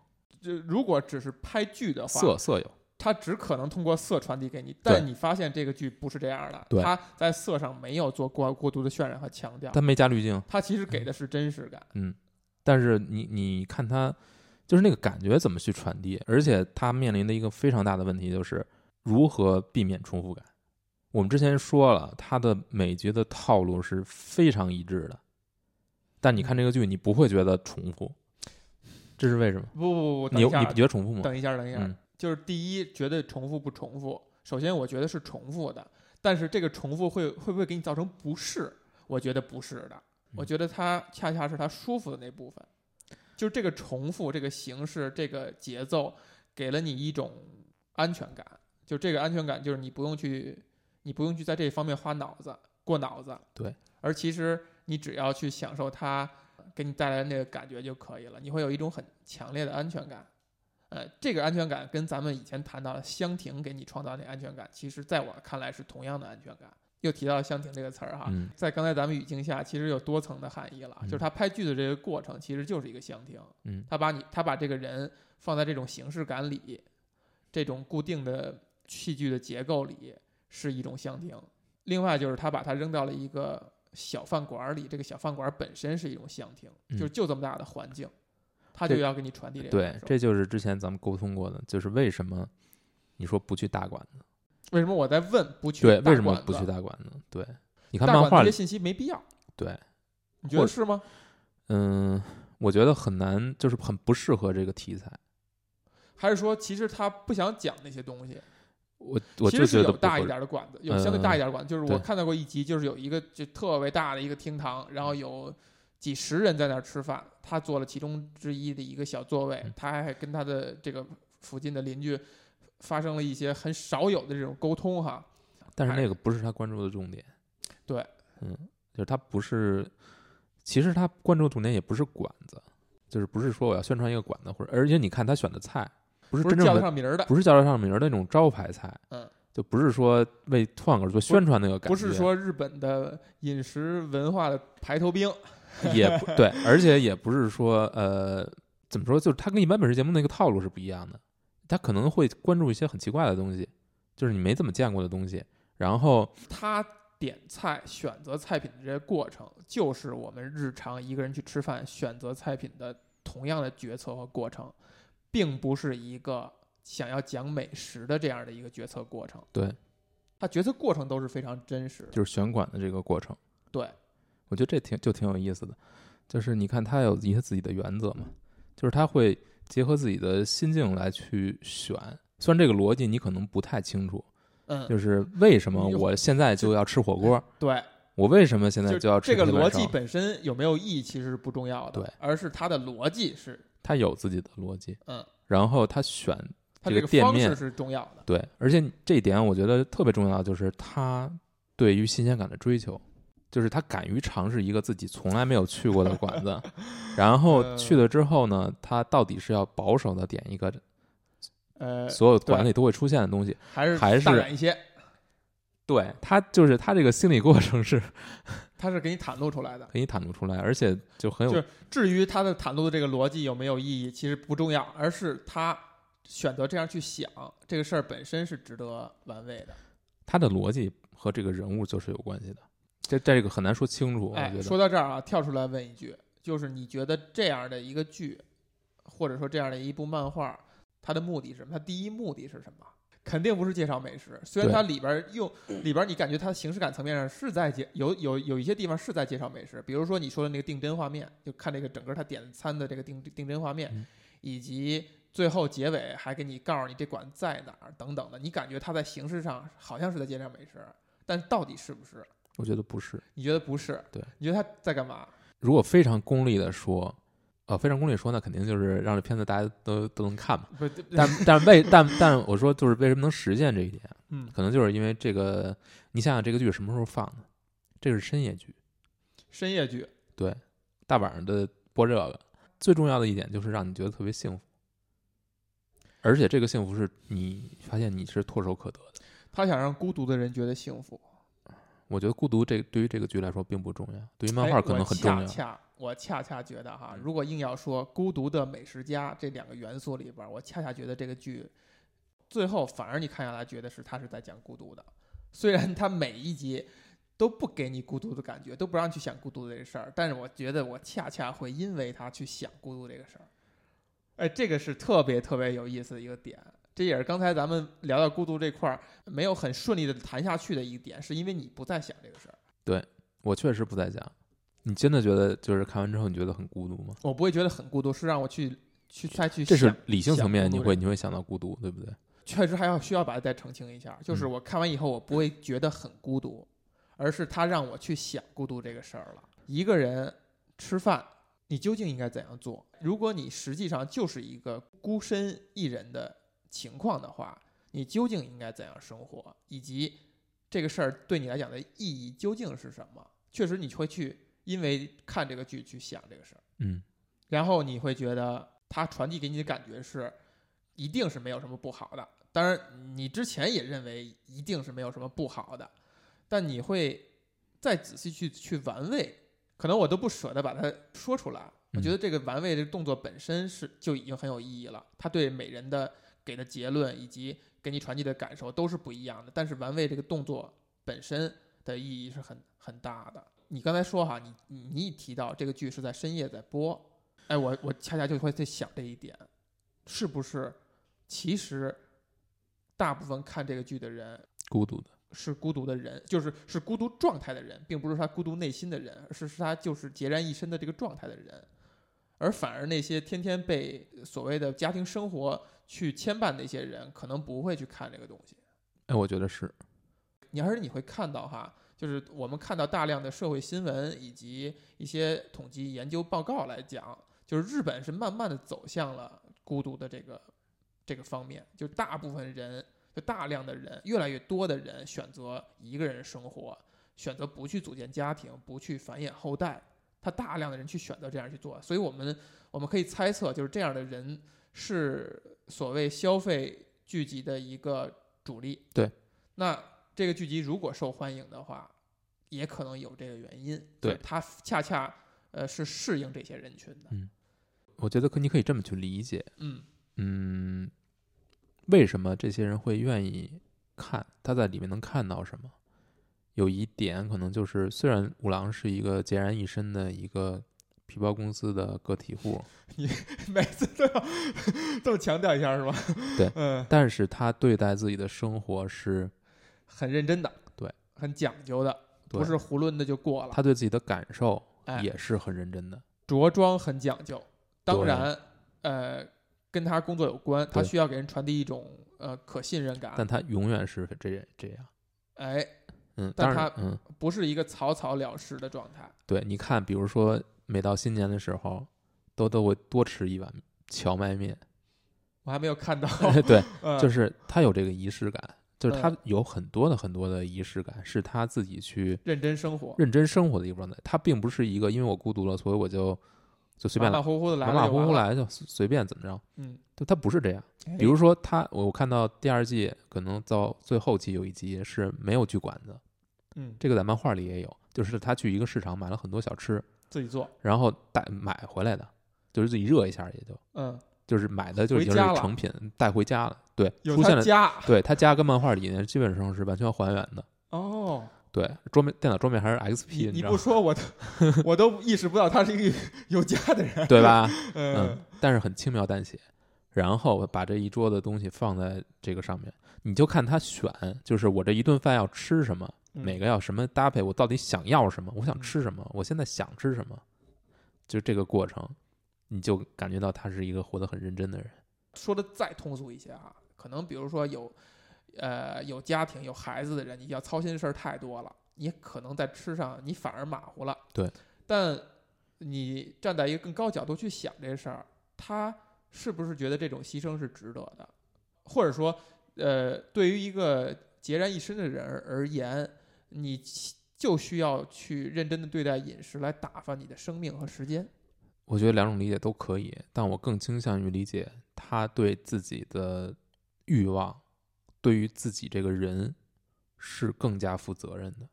S1: 就如果只是拍剧的话，
S2: 色色有，
S1: 它只可能通过色传递给你，但你发现这个剧不是这样的，
S2: 对
S1: 它在色上没有做过过度的渲染和强调，
S2: 它没加滤镜，
S1: 它其实给的是真实感。
S2: 嗯但是你你看它就是那个感觉怎么去传递，而且它面临的一个非常大的问题就是如何避免重复感。我们之前说了，它的每集的套路是非常一致的，但你看这个剧，你不会觉得重复，这是为什么？
S1: 不不不，等
S2: 你
S1: 一
S2: 你
S1: 下啊
S2: 不，觉得重复吗？
S1: 等一下，等啊一下，
S2: 嗯
S1: 就是第一，绝对重复不重复。首先，我觉得是重复的，但是这个重复会会不会给你造成不适？我觉得不是的，我觉得它恰恰是它舒服的那部分，就是这个重复、这个形式、这个节奏，给了你一种安全感。就这个安全感，就是你不用去，你不用去在这方面花脑子、过脑子。
S2: 对，
S1: 而其实你只要去享受它给你带来的那个感觉就可以了，你会有一种很强烈的安全感。呃，这个安全感跟咱们以前谈到的香亭给你创造的安全感，其实在我看来是同样的安全感。又提到了香亭这个词儿哈，
S2: 嗯，
S1: 在刚才咱们语境下，其实有多层的含义了。
S2: 嗯
S1: 就是他拍剧的这个过程，其实就是一个香亭。
S2: 嗯
S1: 他把你，他把这个人放在这种形式感里，这种固定的戏剧的结构里，是一种香亭。另外就是他把它扔到了一个小饭馆儿里，这个小饭馆儿本身是一种香亭，
S2: 嗯
S1: 就是就这么大的环境，他就
S2: 这
S1: 要给你传递这个
S2: 对
S1: 感，受。
S2: 这就是之前咱们沟通过的，就是为什么你说不去大馆呢？
S1: 为什么我在问不去
S2: 对，
S1: 大
S2: 为什么
S1: 馆
S2: 不
S1: 子
S2: 去大馆呢？对，你看
S1: 大馆
S2: 漫
S1: 子
S2: 画
S1: 这些
S2: 里，
S1: 信息没必要，
S2: 对，
S1: 你觉得
S2: 或
S1: 是吗？
S2: 嗯，我觉得很难，就是很不适合这个题材。
S1: 还是说其实他不想讲那些东西？
S2: 我我
S1: 其
S2: 就
S1: 实是
S2: 觉得
S1: 有
S2: 不
S1: 大一
S2: 合嗯
S1: 点的馆子，有相对大一点的馆子，就是我
S2: 对
S1: 看到过一集，就是有一个就特别大的一个厅堂，然后有几十人在那儿吃饭，他坐了其中之一的一个小座位
S2: 嗯，
S1: 他还跟他的这个附近的邻居发生了一些很少有的这种沟通哈。
S2: 但是
S1: 还
S2: 那个不是他关注的重点。
S1: 对，
S2: 嗯，就是他不是，其实他关注的重点也不是馆子，就是不是说我要宣传一个馆子，或者而且你看他选的菜，不是
S1: 不是
S2: 真正
S1: 叫得
S2: 的，
S1: 上名儿的，
S2: 不是叫得上名儿的那种招牌菜，
S1: 嗯，
S2: 就不是说为饭馆做宣传那个感觉，
S1: 不是说日本的饮食文化的排头兵，
S2: 也不对，而且也不是说呃怎么说，就是他跟一般美食节目那个套路是不一样的，他可能会关注一些很奇怪的东西，就是你没怎么见过的东西。然后
S1: 他点菜、选择菜品的这些过程，就是我们日常一个人去吃饭、选择菜品的同样的决策和过程，并不是一个想要讲美食的这样的一个决策过程。
S2: 对，
S1: 他决策过程都是非常真实的。
S2: 就是选馆的这个过程，
S1: 对，
S2: 我觉得这挺就挺有意思的。就是你看他有一些自己的原则嘛，就是他会结合自己的心境来去选。虽然这个逻辑你可能不太清楚，
S1: 嗯，
S2: 就是为什么我现在就要吃火 锅，
S1: 对，
S2: 我为什么现在
S1: 就
S2: 就要吃
S1: 这个
S2: 铁板
S1: 逻
S2: 烧
S1: 辑本身有没有意义其实是不重要的，
S2: 对，
S1: 而是它的逻辑是，
S2: 他有自己的逻辑，
S1: 嗯，
S2: 然后他选
S1: 它
S2: 这
S1: 这
S2: 个
S1: 个
S2: 店
S1: 方
S2: 面
S1: 式是重要的，
S2: 对，而且这一点我觉得特别重要，就是他对于新鲜感的追求，就是他敢于尝试一个自己从来没有去过的 馆子，然
S1: 嗯
S2: 后去了之后呢，他到底是要保守的点一个
S1: 呃，
S2: 所有
S1: 对
S2: 馆里都会出现的东西，
S1: 还是
S2: 还是
S1: 大胆一些，
S2: 对他就是他这个心理过程是
S1: 它是给你袒露出来的。
S2: 可以袒露出来，而且就很有
S1: 就是至于它的袒露的这个逻辑有没有意义，其实不重要，而是他选择这样去想这个事儿本身是值得玩味的。
S2: 他的逻辑和这个人物就是有关系的，这这个很难说清楚，我
S1: 哎，
S2: 觉得
S1: 说到这儿啊，跳出来问一句，就是你觉得这样的一个剧，或者说这样的一部漫画，它的目的是什么？它第一目的是什么？肯定不是介绍美食，虽然
S2: 对
S1: 它里边儿用里边儿你感觉它的形式感层面上是在介有有有一些地方是在介绍美食，比如说你说的那个定帧画面，就看这个整个它点餐的这个定定帧画面，
S2: 嗯
S1: 以及最后结尾还给你告诉你这馆在哪儿等等的，你感觉它在形式上好像是在介绍美食，但到底是不是？
S2: 我觉得不是。
S1: 你觉得不是？
S2: 对，
S1: 你觉得他在干嘛？
S2: 如果非常功利的说，呃，非常功利地说，那肯定就是让这片子大家都都能看嘛。
S1: 不是，
S2: 但但为但但我说就是为什么能实现这一点，
S1: 嗯，
S2: 可能就是因为这个，你想想这个剧什么时候放的？这是深夜剧，
S1: 深夜剧，
S2: 大晚上的播这个。最重要的一点就是让你觉得特别幸福，而且这个幸福是你发现你是唾手可得的。
S1: 他想让孤独的人觉得幸福。
S2: 我觉得孤独这对于这个剧来说并不重要，对于漫
S1: 哎
S2: 画可能很重
S1: 我恰
S2: 要。嗯
S1: 恰我恰恰觉得哈，如果硬要说《孤独的美食家》这两个元素里边儿，我恰恰觉得这个剧最后反而你看下来觉得是他是在讲孤独的，虽然他每一集。都不给你孤独的感觉，都不让你去想孤独的这事儿。但是我觉得我恰恰会因为他去想孤独这个事儿，哎，这个是特别特别有意思的一个点。这也是刚才咱们聊到孤独这块儿没有很顺利的谈下去的一点，是因为你不再想这个事儿。
S2: 我确实不在讲，你真的觉得就是看完之后你觉得很孤独吗？
S1: 我不会觉得很孤独，是让我去去再去
S2: 这是
S1: 想
S2: 理性层面，
S1: 想孤
S2: 你
S1: 独
S2: 会你会想到孤独，对不对？
S1: 确实还要需要把它再澄清一下，就是
S2: 嗯
S1: 我看完以后我不会觉得很孤独，而是他让我去想孤独这个事儿了。一个人吃饭，你究竟应该怎样做？如果你实际上就是一个孤身一人的情况的话，你究竟应该怎样生活，以及这个事儿对你来讲的意义究竟是什么？确实，你会去因为看这个剧去想这个事儿。
S2: 嗯，
S1: 然后你会觉得它传递给你的感觉是，一定是没有什么不好的。当然，你之前也认为一定是没有什么不好的，但你会再仔细去去玩味，可能我都不舍得把它说出来。我觉得这个玩味这个动作本身是就已经很有意义了，它对每人的给的结论以及给你传递的感受都是不一样的。但是玩味这个动作本身的意义是很很大的。你刚才说哈，你你你一提到这个剧是在深夜在播，哎，我我恰恰就会在想这一点，是不是其实大部分看这个剧的人
S2: 孤独的。
S1: 是孤独的人，就是是孤独状态的人，并不是他孤独内心的人，而是是他就是孑然一身的这个状态的人。而反而那些天天被所谓的家庭生活去牵绊的一些人，可能不会去看这个东西。
S2: 哎，我觉得是，
S1: 你还是你会看到哈，就是我们看到大量的社会新闻以及一些统计研究报告来讲，就是日本是慢慢的走向了孤独的这个这个方面，就大部分人，就大量的人，越来越多的人选择一个人生活，选择不去组建家庭，不去繁衍后代，他大量的人去选择这样去做，所以我们我们可以猜测，就是这样的人是所谓消费聚集的一个主力。
S2: 对，
S1: 那这个剧集如果受欢迎的话，也可能有这个原因。
S2: 对
S1: 就是它恰恰呃是适应这些人群的。
S2: 我觉得可你可以这么去理解，
S1: 嗯
S2: 嗯，为什么这些人会愿意看，他在里面能看到什么。有一点可能就是，虽然五郎是一个孑然一身的一个皮包公司的个体户，
S1: 嗯每次都要 这么强调一下是吧？
S2: 对，
S1: 嗯，
S2: 但是他对待自己的生活是，
S1: 很认真的，
S2: 对，
S1: 很讲究的，
S2: 对
S1: 不是囫囵的就过了。
S2: 他对自己的感受
S1: 哎
S2: 也是很认真的。
S1: 着装很讲究，当
S2: 对
S1: 然，呃，跟他工作有关，他
S2: 对
S1: 需要给人传递一种呃可信任感。
S2: 但他永远是这这样，
S1: 哎，
S2: 嗯，
S1: 但
S2: 当然
S1: 他，
S2: 嗯，
S1: 不是一个草草了事的状态。
S2: 对，你看，比如说每到新年的时候，都都会多吃一碗荞麦面，
S1: 我还没有 看到，
S2: 对，
S1: 呃、
S2: 就是他有这个仪式感，就是他
S1: 嗯
S2: 有很多的很多的仪式感，是他自己去
S1: 认真生活，
S2: 认真生活的一个状态。他并不是一个因为我孤独了，所以我就就随便
S1: 马
S2: 来，
S1: 马虎虎的来
S2: 马
S1: 了，
S2: 马虎虎
S1: 来，
S2: 来就随随便怎么着，
S1: 嗯，
S2: 就他不是这样。
S1: 哎
S2: 比如说他，我看到第二季可能到最后期有一集是没有剧馆的，
S1: 嗯，
S2: 这个在漫画里也有，就是他去一个市场买了很多小吃，
S1: 自己做，
S2: 然后带买回来的，就是自己热一下也就。
S1: 嗯，
S2: 就是买的就
S1: 回
S2: 已经
S1: 家
S2: 是
S1: 了
S2: 成品带回家了，对，
S1: 有
S2: 出现
S1: 他
S2: 了，
S1: 家
S2: 对他家跟漫画里面基本上是完全还原的，
S1: 哦。
S2: 对，桌面电脑桌面还是
S1: 你
S2: XP，
S1: 你
S2: 知道
S1: 不
S2: 吗？
S1: 说我都 我都意识不到他是一个有家的人，
S2: 对？吧？
S1: 嗯
S2: 嗯，但是很轻描淡写，然后把这一桌子东西放在这个上面，你就看他选，就是我这一顿饭要吃什么，
S1: 嗯
S2: 每个要什么搭配，我到底想要什么，我想
S1: 嗯
S2: 吃什么，我现在想吃什么，就这个过程，你就感觉到他是一个活得很认真的人，
S1: 说的再通俗一些啊，可能比如说有，呃，有家庭有孩子的人，你要操心的事儿太多了，你可能在吃上你反而马虎了。
S2: 对，
S1: 但你站在一个更高角度去想这事儿，他是不是觉得这种牺牲是值得的？或者说，呃，对于一个孑然一身的人而言，你其就需要去认真的对待饮食，来打发你的生命和时间。
S2: 我觉得两种理解都可以，但我更倾向于理解他对自己的欲望，对于自己这个人是更加负责任的。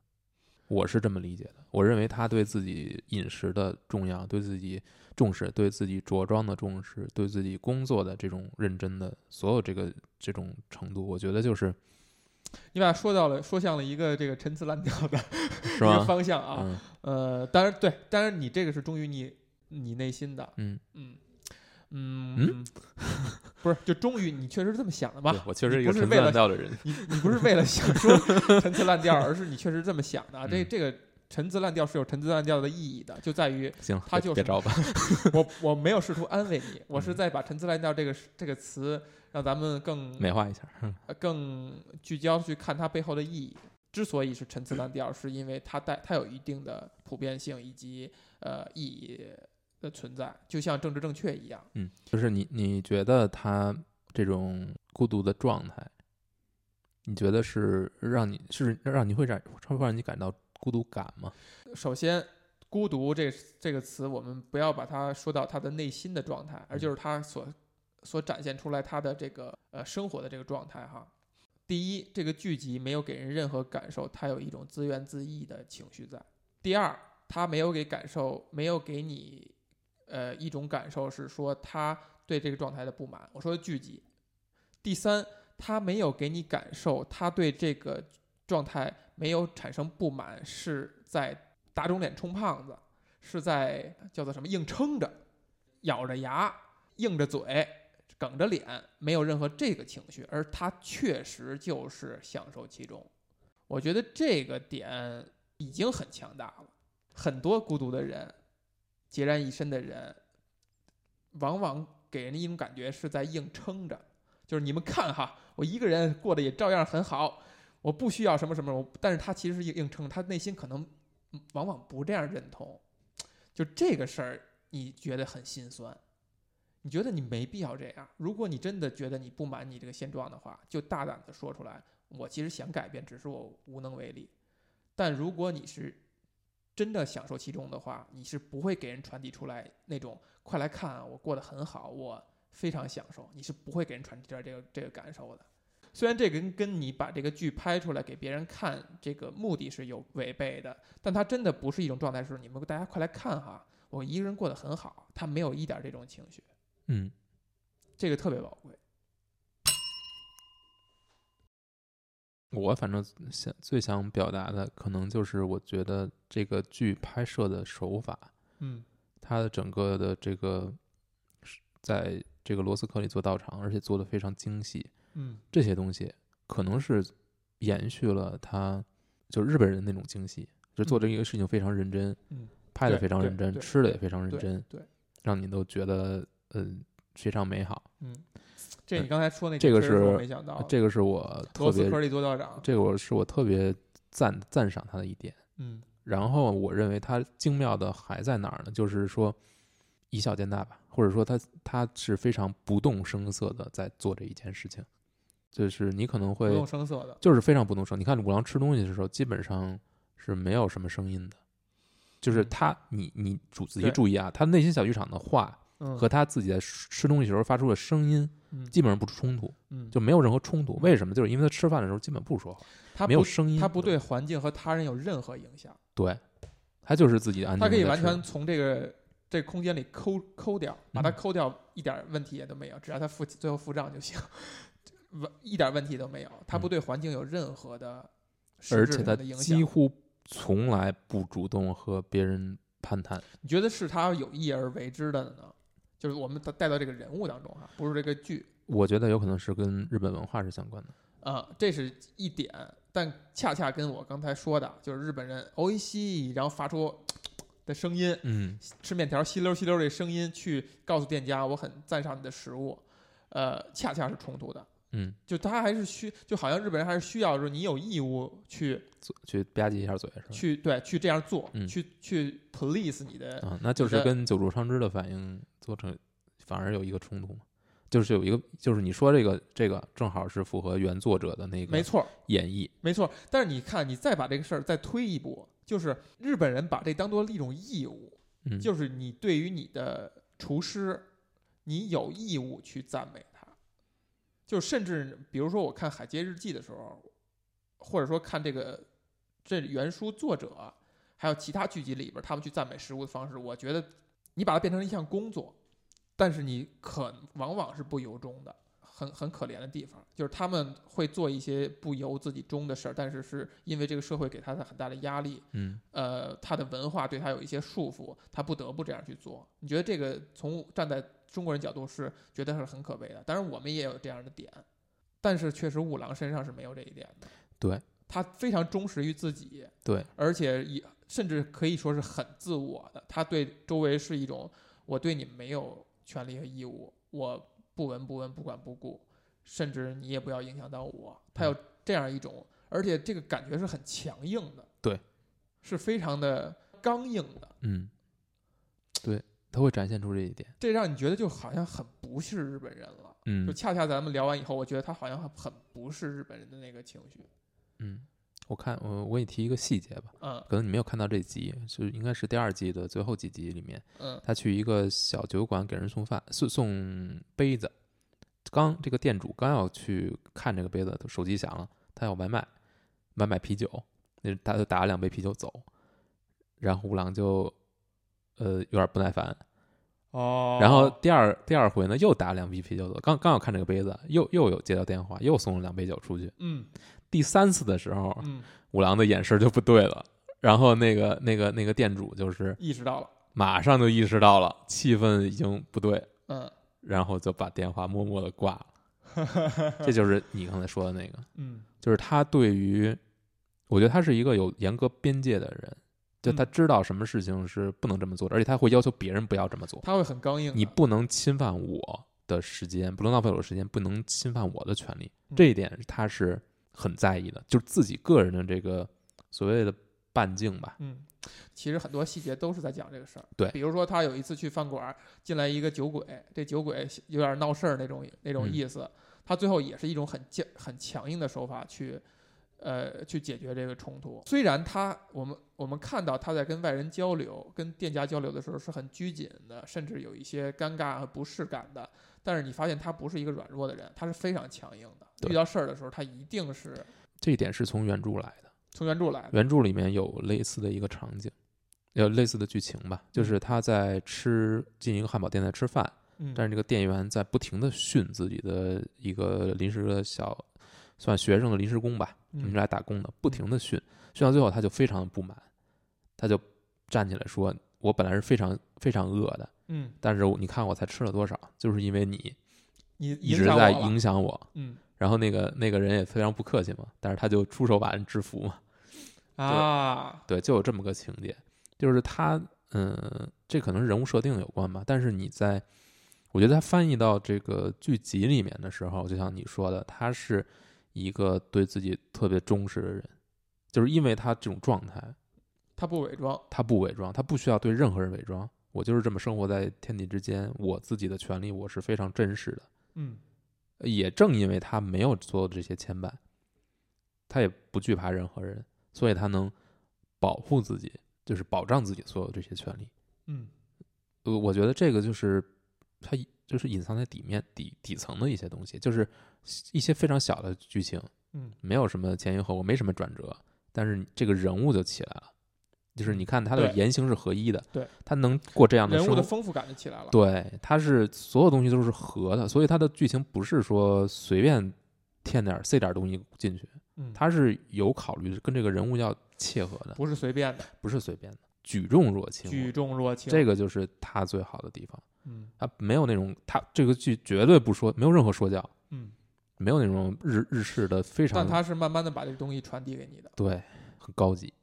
S2: 我是这么理解的。我认为他对自己饮食的重要，对自己重视，对自己着装的重视，对自己工作的这种认真的所有这个这种程度，我觉得就是
S1: 你把它说到了，说向了一个这个陈词滥调的
S2: 是
S1: 一个
S2: 吧？
S1: 方向啊。
S2: 嗯
S1: 呃，当然对，当然你这个是忠于你你内心的，
S2: 嗯，
S1: 嗯嗯， 不是，就忠于你确实是这么想的
S2: 对
S1: 吧？
S2: 我确实是一个
S1: 你不是
S2: 陈词
S1: 为了
S2: 滥调的人。
S1: 你你不是为了想说陈词滥调，而是你确实这么想的啊。这
S2: 嗯
S1: 这个陈词滥调是有陈词滥调的意义的，就在于
S2: 行，
S1: 他
S2: 别
S1: 就是
S2: 别着吧。
S1: 我我没有试图安慰你，我是
S2: 嗯
S1: 在把陈词滥调这个这个词让咱们更
S2: 美化一下。
S1: 呃更聚焦去看它背后的意义。之所以是陈词滥调，是因为它带它有一定的普遍性以及呃意义的存在，就像政治正确一样。
S2: 嗯，就是你你觉得他这种孤独的状态，你觉得是让你是让你会感会让你感到孤独感吗？
S1: 首先，孤独这这个词，我们不要把它说到他的内心的状态，而就是他所所展现出来他的这个呃生活的这个状态哈。第一，这个剧集没有给人任何感受，它有一种自怨自艾的情绪在。第二，它没有给感受，没有给你呃一种感受是说他对这个状态的不满。我说的剧集。第三，他没有给你感受，他对这个状态没有产生不满，是在打肿脸充胖子，是在叫做什么硬撑着，咬着牙，硬着嘴，梗着脸，没有任何这个情绪，而他确实就是享受其中。我觉得这个点已经很强大了。很多孤独的人，孑然一身的人，往往给人一种感觉是在硬撑着，就是你们看哈，我一个人过得也照样很好，我不需要什么什么，我但是他其实是硬硬撑，他内心可能嗯往往不这样认同，就这个事儿，你觉得很心酸，你觉得你没必要这样。如果你真的觉得你不满你这个现状的话，就大胆的说出来，我其实想改变，只是我无能为力。但如果你是真的享受其中的话，你是不会给人传递出来那种“快来看啊，我过得很好，我非常享受”，你是不会给人传递出来这个这个感受的。虽然这跟跟你把这个剧拍出来给别人看这个目的是有违背的，但它真的不是一种状态，是你们大家快来看哈，我一个人过得很好，他没有一点这种情绪，
S2: 嗯，
S1: 这个特别宝贵。
S2: 我反正想最想表达的，可能就是我觉得这个剧拍摄的手法，
S1: 嗯
S2: 它的整个的这个是在这个罗斯科里做道场，而且做的非常精细。
S1: 嗯
S2: 这些东西可能是延续了他就日本人那种精细，就做这一个事情非常认真，
S1: 嗯，
S2: 拍的非常认
S1: 对
S2: 真，
S1: 对
S2: 吃的也非常认
S1: 对
S2: 真，
S1: 对，
S2: 让你都觉得呃非常美好。
S1: 嗯，这你刚才说那
S2: 哎这个
S1: 确实是我
S2: 是
S1: 没想到的，
S2: 这个是我特
S1: 罗斯
S2: 别
S1: 科，利做道长，
S2: 这个我是我特别赞赞赏他的一点。
S1: 嗯
S2: 然后我认为它精妙的还在哪儿呢？就是说以小见大吧，或者说它它是非常不动声色的在做这一件事情，就是你可能
S1: 不
S2: 会
S1: 动声色的，
S2: 就是非常不动声。你看五郎吃东西的时候，基本上是没有什么声音的，就是
S1: 嗯
S2: 他，你你注仔细
S1: 对
S2: 注意啊，他内心小剧场的话
S1: 嗯
S2: 和他自己在吃吃东西的时候发出的声音
S1: 嗯
S2: 基本上不冲突，
S1: 嗯，
S2: 就没有任何冲突。为什么？就是因为他吃饭的时候基本不说话，
S1: 他
S2: 没有
S1: 不
S2: 声音，
S1: 他不对环境和他人有任何影响，
S2: 对，他就是自己安静
S1: 他
S2: 地
S1: 可
S2: 在
S1: 以
S2: 吃。
S1: 完全从这个这空间里抠抠掉，把它
S2: 嗯
S1: 抠掉一点问题也都没有，只要他付最后付账就行， 完一点问题都没有，他不对环境有任何的实
S2: 嗯而
S1: 质
S2: 且
S1: 上
S2: 他
S1: 的影
S2: 几
S1: 响。
S2: 乎从来不主动和别人攀谈。
S1: 你觉得是他有意而为之的呢？就是我们带带到这个人物当中哈、不是这个剧
S2: 我觉得有可能是跟日本文化是相关的。
S1: 啊、这是一点，但恰恰跟我刚才说的，就是日本人欧一西，然后发出的声音，
S2: 嗯，
S1: 吃面条吸溜吸溜这声音去告诉店家我很赞赏你的食物，呃，恰恰是冲突的。
S2: 嗯，
S1: 就他还是需，就好像日本人还是需要，就是你有义务去
S2: 做去吧唧一下嘴是吧？
S1: 去对去这样做，
S2: 嗯
S1: 去去 police 你的，
S2: 啊，那就
S1: 你
S2: 是
S1: 的
S2: 跟九柱昌之的反应做成反而有一个冲突嘛，就是有一个就是你说这个这个正好是符合原作者的那
S1: 没
S2: 个
S1: 错儿
S2: 演绎，
S1: 没错儿。但是你看，你再把这个事儿再推一步，就是日本人把这当做一种义务，
S2: 嗯，
S1: 就是你对于你的厨师，你有义务去赞美他。就甚至比如说，我看《海街日记》的时候，或者说看这个这原书作者，还有其他剧集里边，他们去赞美食物的方式，我觉得你把它变成一项工作，但是你可往往是不由衷的，很很可怜的地方，就是他们会做一些不由自己中的事儿，但是是因为这个社会给他的很大的压力，
S2: 嗯，
S1: 呃，他的文化对他有一些束缚，他不得不这样去做。你觉得这个从站在中国人角度是觉得是很可悲的，当然我们也有这样的点，但是确实五郎身上是没有这一点的。
S2: 对，
S1: 他非常忠实于自己，
S2: 对，
S1: 而且也甚至可以说是很自我的。他对周围是一种我对你没有权利和义务，我不闻不问，不管不顾，甚至你也不要影响到我。他
S2: 嗯
S1: 有这样一种，而且这个感觉是很强硬的，
S2: 对，
S1: 是非常的刚硬的。
S2: 嗯，对，他会展现出这一点，
S1: 这让你觉得就好像很不是日本人了。就
S2: 嗯
S1: 恰恰咱们聊完以后，我觉得他好像很不是日本人的那个情绪。
S2: 嗯，我看我我给你提一个细节吧，
S1: 嗯
S2: 可能你没有看到这集，就是应该是第二季的最后几集里面，
S1: 嗯
S2: 他去一个小酒馆给人送饭，送送杯子。刚这个店主刚要去看这个杯子，手机响了，他要外卖，外卖啤酒，那他就打了两杯啤酒走。然后五郎就呃有点不耐烦，
S1: 哦
S2: 然后第二第二回呢又打了两杯啤酒走，刚刚要看这个杯子，又又有接到电话，又送了两杯酒出去。
S1: 嗯
S2: 第三次的时候，
S1: 嗯，
S2: 五郎的眼神就不对了，然后那个那个那个店主就是
S1: 意识到了。
S2: 马上就意识到了气氛已经不对，
S1: 嗯
S2: 然后就把电话默默的挂了。这就是你刚才说的那个，
S1: 嗯
S2: 就是他对于，我觉得他是一个有严格边界的人，就他
S1: 嗯
S2: 知道什么事情是不能这么做的，而且他会要求别人不要这么做，
S1: 他会很刚硬的。
S2: 你不能侵犯我的时间，不能浪费我的时间，不能侵犯我的权利
S1: 嗯，
S2: 这一点他是很在意的，就是自己个人的这个所谓的半径吧，
S1: 嗯，其实很多细节都是在讲这个事儿。
S2: 对
S1: 比如说他有一次去饭馆儿，进来一个酒鬼，这酒鬼有点闹事儿那种那种
S2: 嗯
S1: 意思，他最后也是一种很强很强硬的手法去，呃，去解决这个冲突。虽然他我们我们看到他在跟外人交流、跟店家交流的时候是很拘谨的，甚至有一些尴尬和不适感的，但是你发现他不是一个软弱的人，他是非常强硬的。
S2: 对
S1: 遇到事儿的时候，他一定是
S2: 这一点是从原著来的。
S1: 从原著来的。
S2: 原著里面有类似的一个场景，有类似的剧情吧，就是他在吃进一个汉堡店在吃饭，
S1: 嗯，
S2: 但是这个店员在不停的训自己的一个临时的小，算学生的临时工吧，
S1: 嗯
S2: 你是来打工的，不停的训，训到最后他就非常的不满，他就站起来说：“我本来是非常非常饿的，
S1: 嗯，
S2: 但是你看我才吃了多少，就是因为你
S1: 你
S2: 一
S1: 影
S2: 直
S1: 响我
S2: 在
S1: 了
S2: 影响我。
S1: 嗯”
S2: 然后那个那个人也非常不客气嘛，但是他就出手把人制服嘛，
S1: 啊，
S2: 对，就有这么个情节，就是他，嗯，这可能是人物设定有关吧，但是你在，我觉得他翻译到这个剧集里面的时候，就像你说的，他是一个对自己特别忠实的人，就是因为他这种状态，
S1: 他不伪装，
S2: 他不伪装，他不需要对任何人伪装，我就是这么生活在天地之间，我自己的权利我是非常真实的。
S1: 嗯
S2: 也正因为他没有做这些牵绊，他也不惧怕任何人，所以他能保护自己，就是保障自己所有这些权利。
S1: 嗯
S2: 呃，我觉得这个就是他隐就是隐藏在底面底底层的一些东西，就是一些非常小的剧情，
S1: 嗯
S2: 没有什么前因后果，没什么转折，但是这个人物就起来了。就是你看他的
S1: 嗯对
S2: 言行是合一的，
S1: 对，
S2: 他能过这样的
S1: 人
S2: 生
S1: 物的
S2: 活，
S1: 丰富感就起来了，
S2: 对，它是所有东西都是合的，所以它的剧情不是说随便添点儿塞点儿东西进去，
S1: 嗯，
S2: 它是有考虑跟这个人物要切合的，
S1: 不是随便的，
S2: 不是随便的，举重若轻。
S1: 举重若轻，
S2: 这个就是它最好的地方，
S1: 嗯
S2: 它没有那种它这个剧绝对不说没有任何说教，
S1: 嗯，
S2: 没有那种日日式的非常，
S1: 但他是慢慢的把这个东西传递给你的，
S2: 对很高级，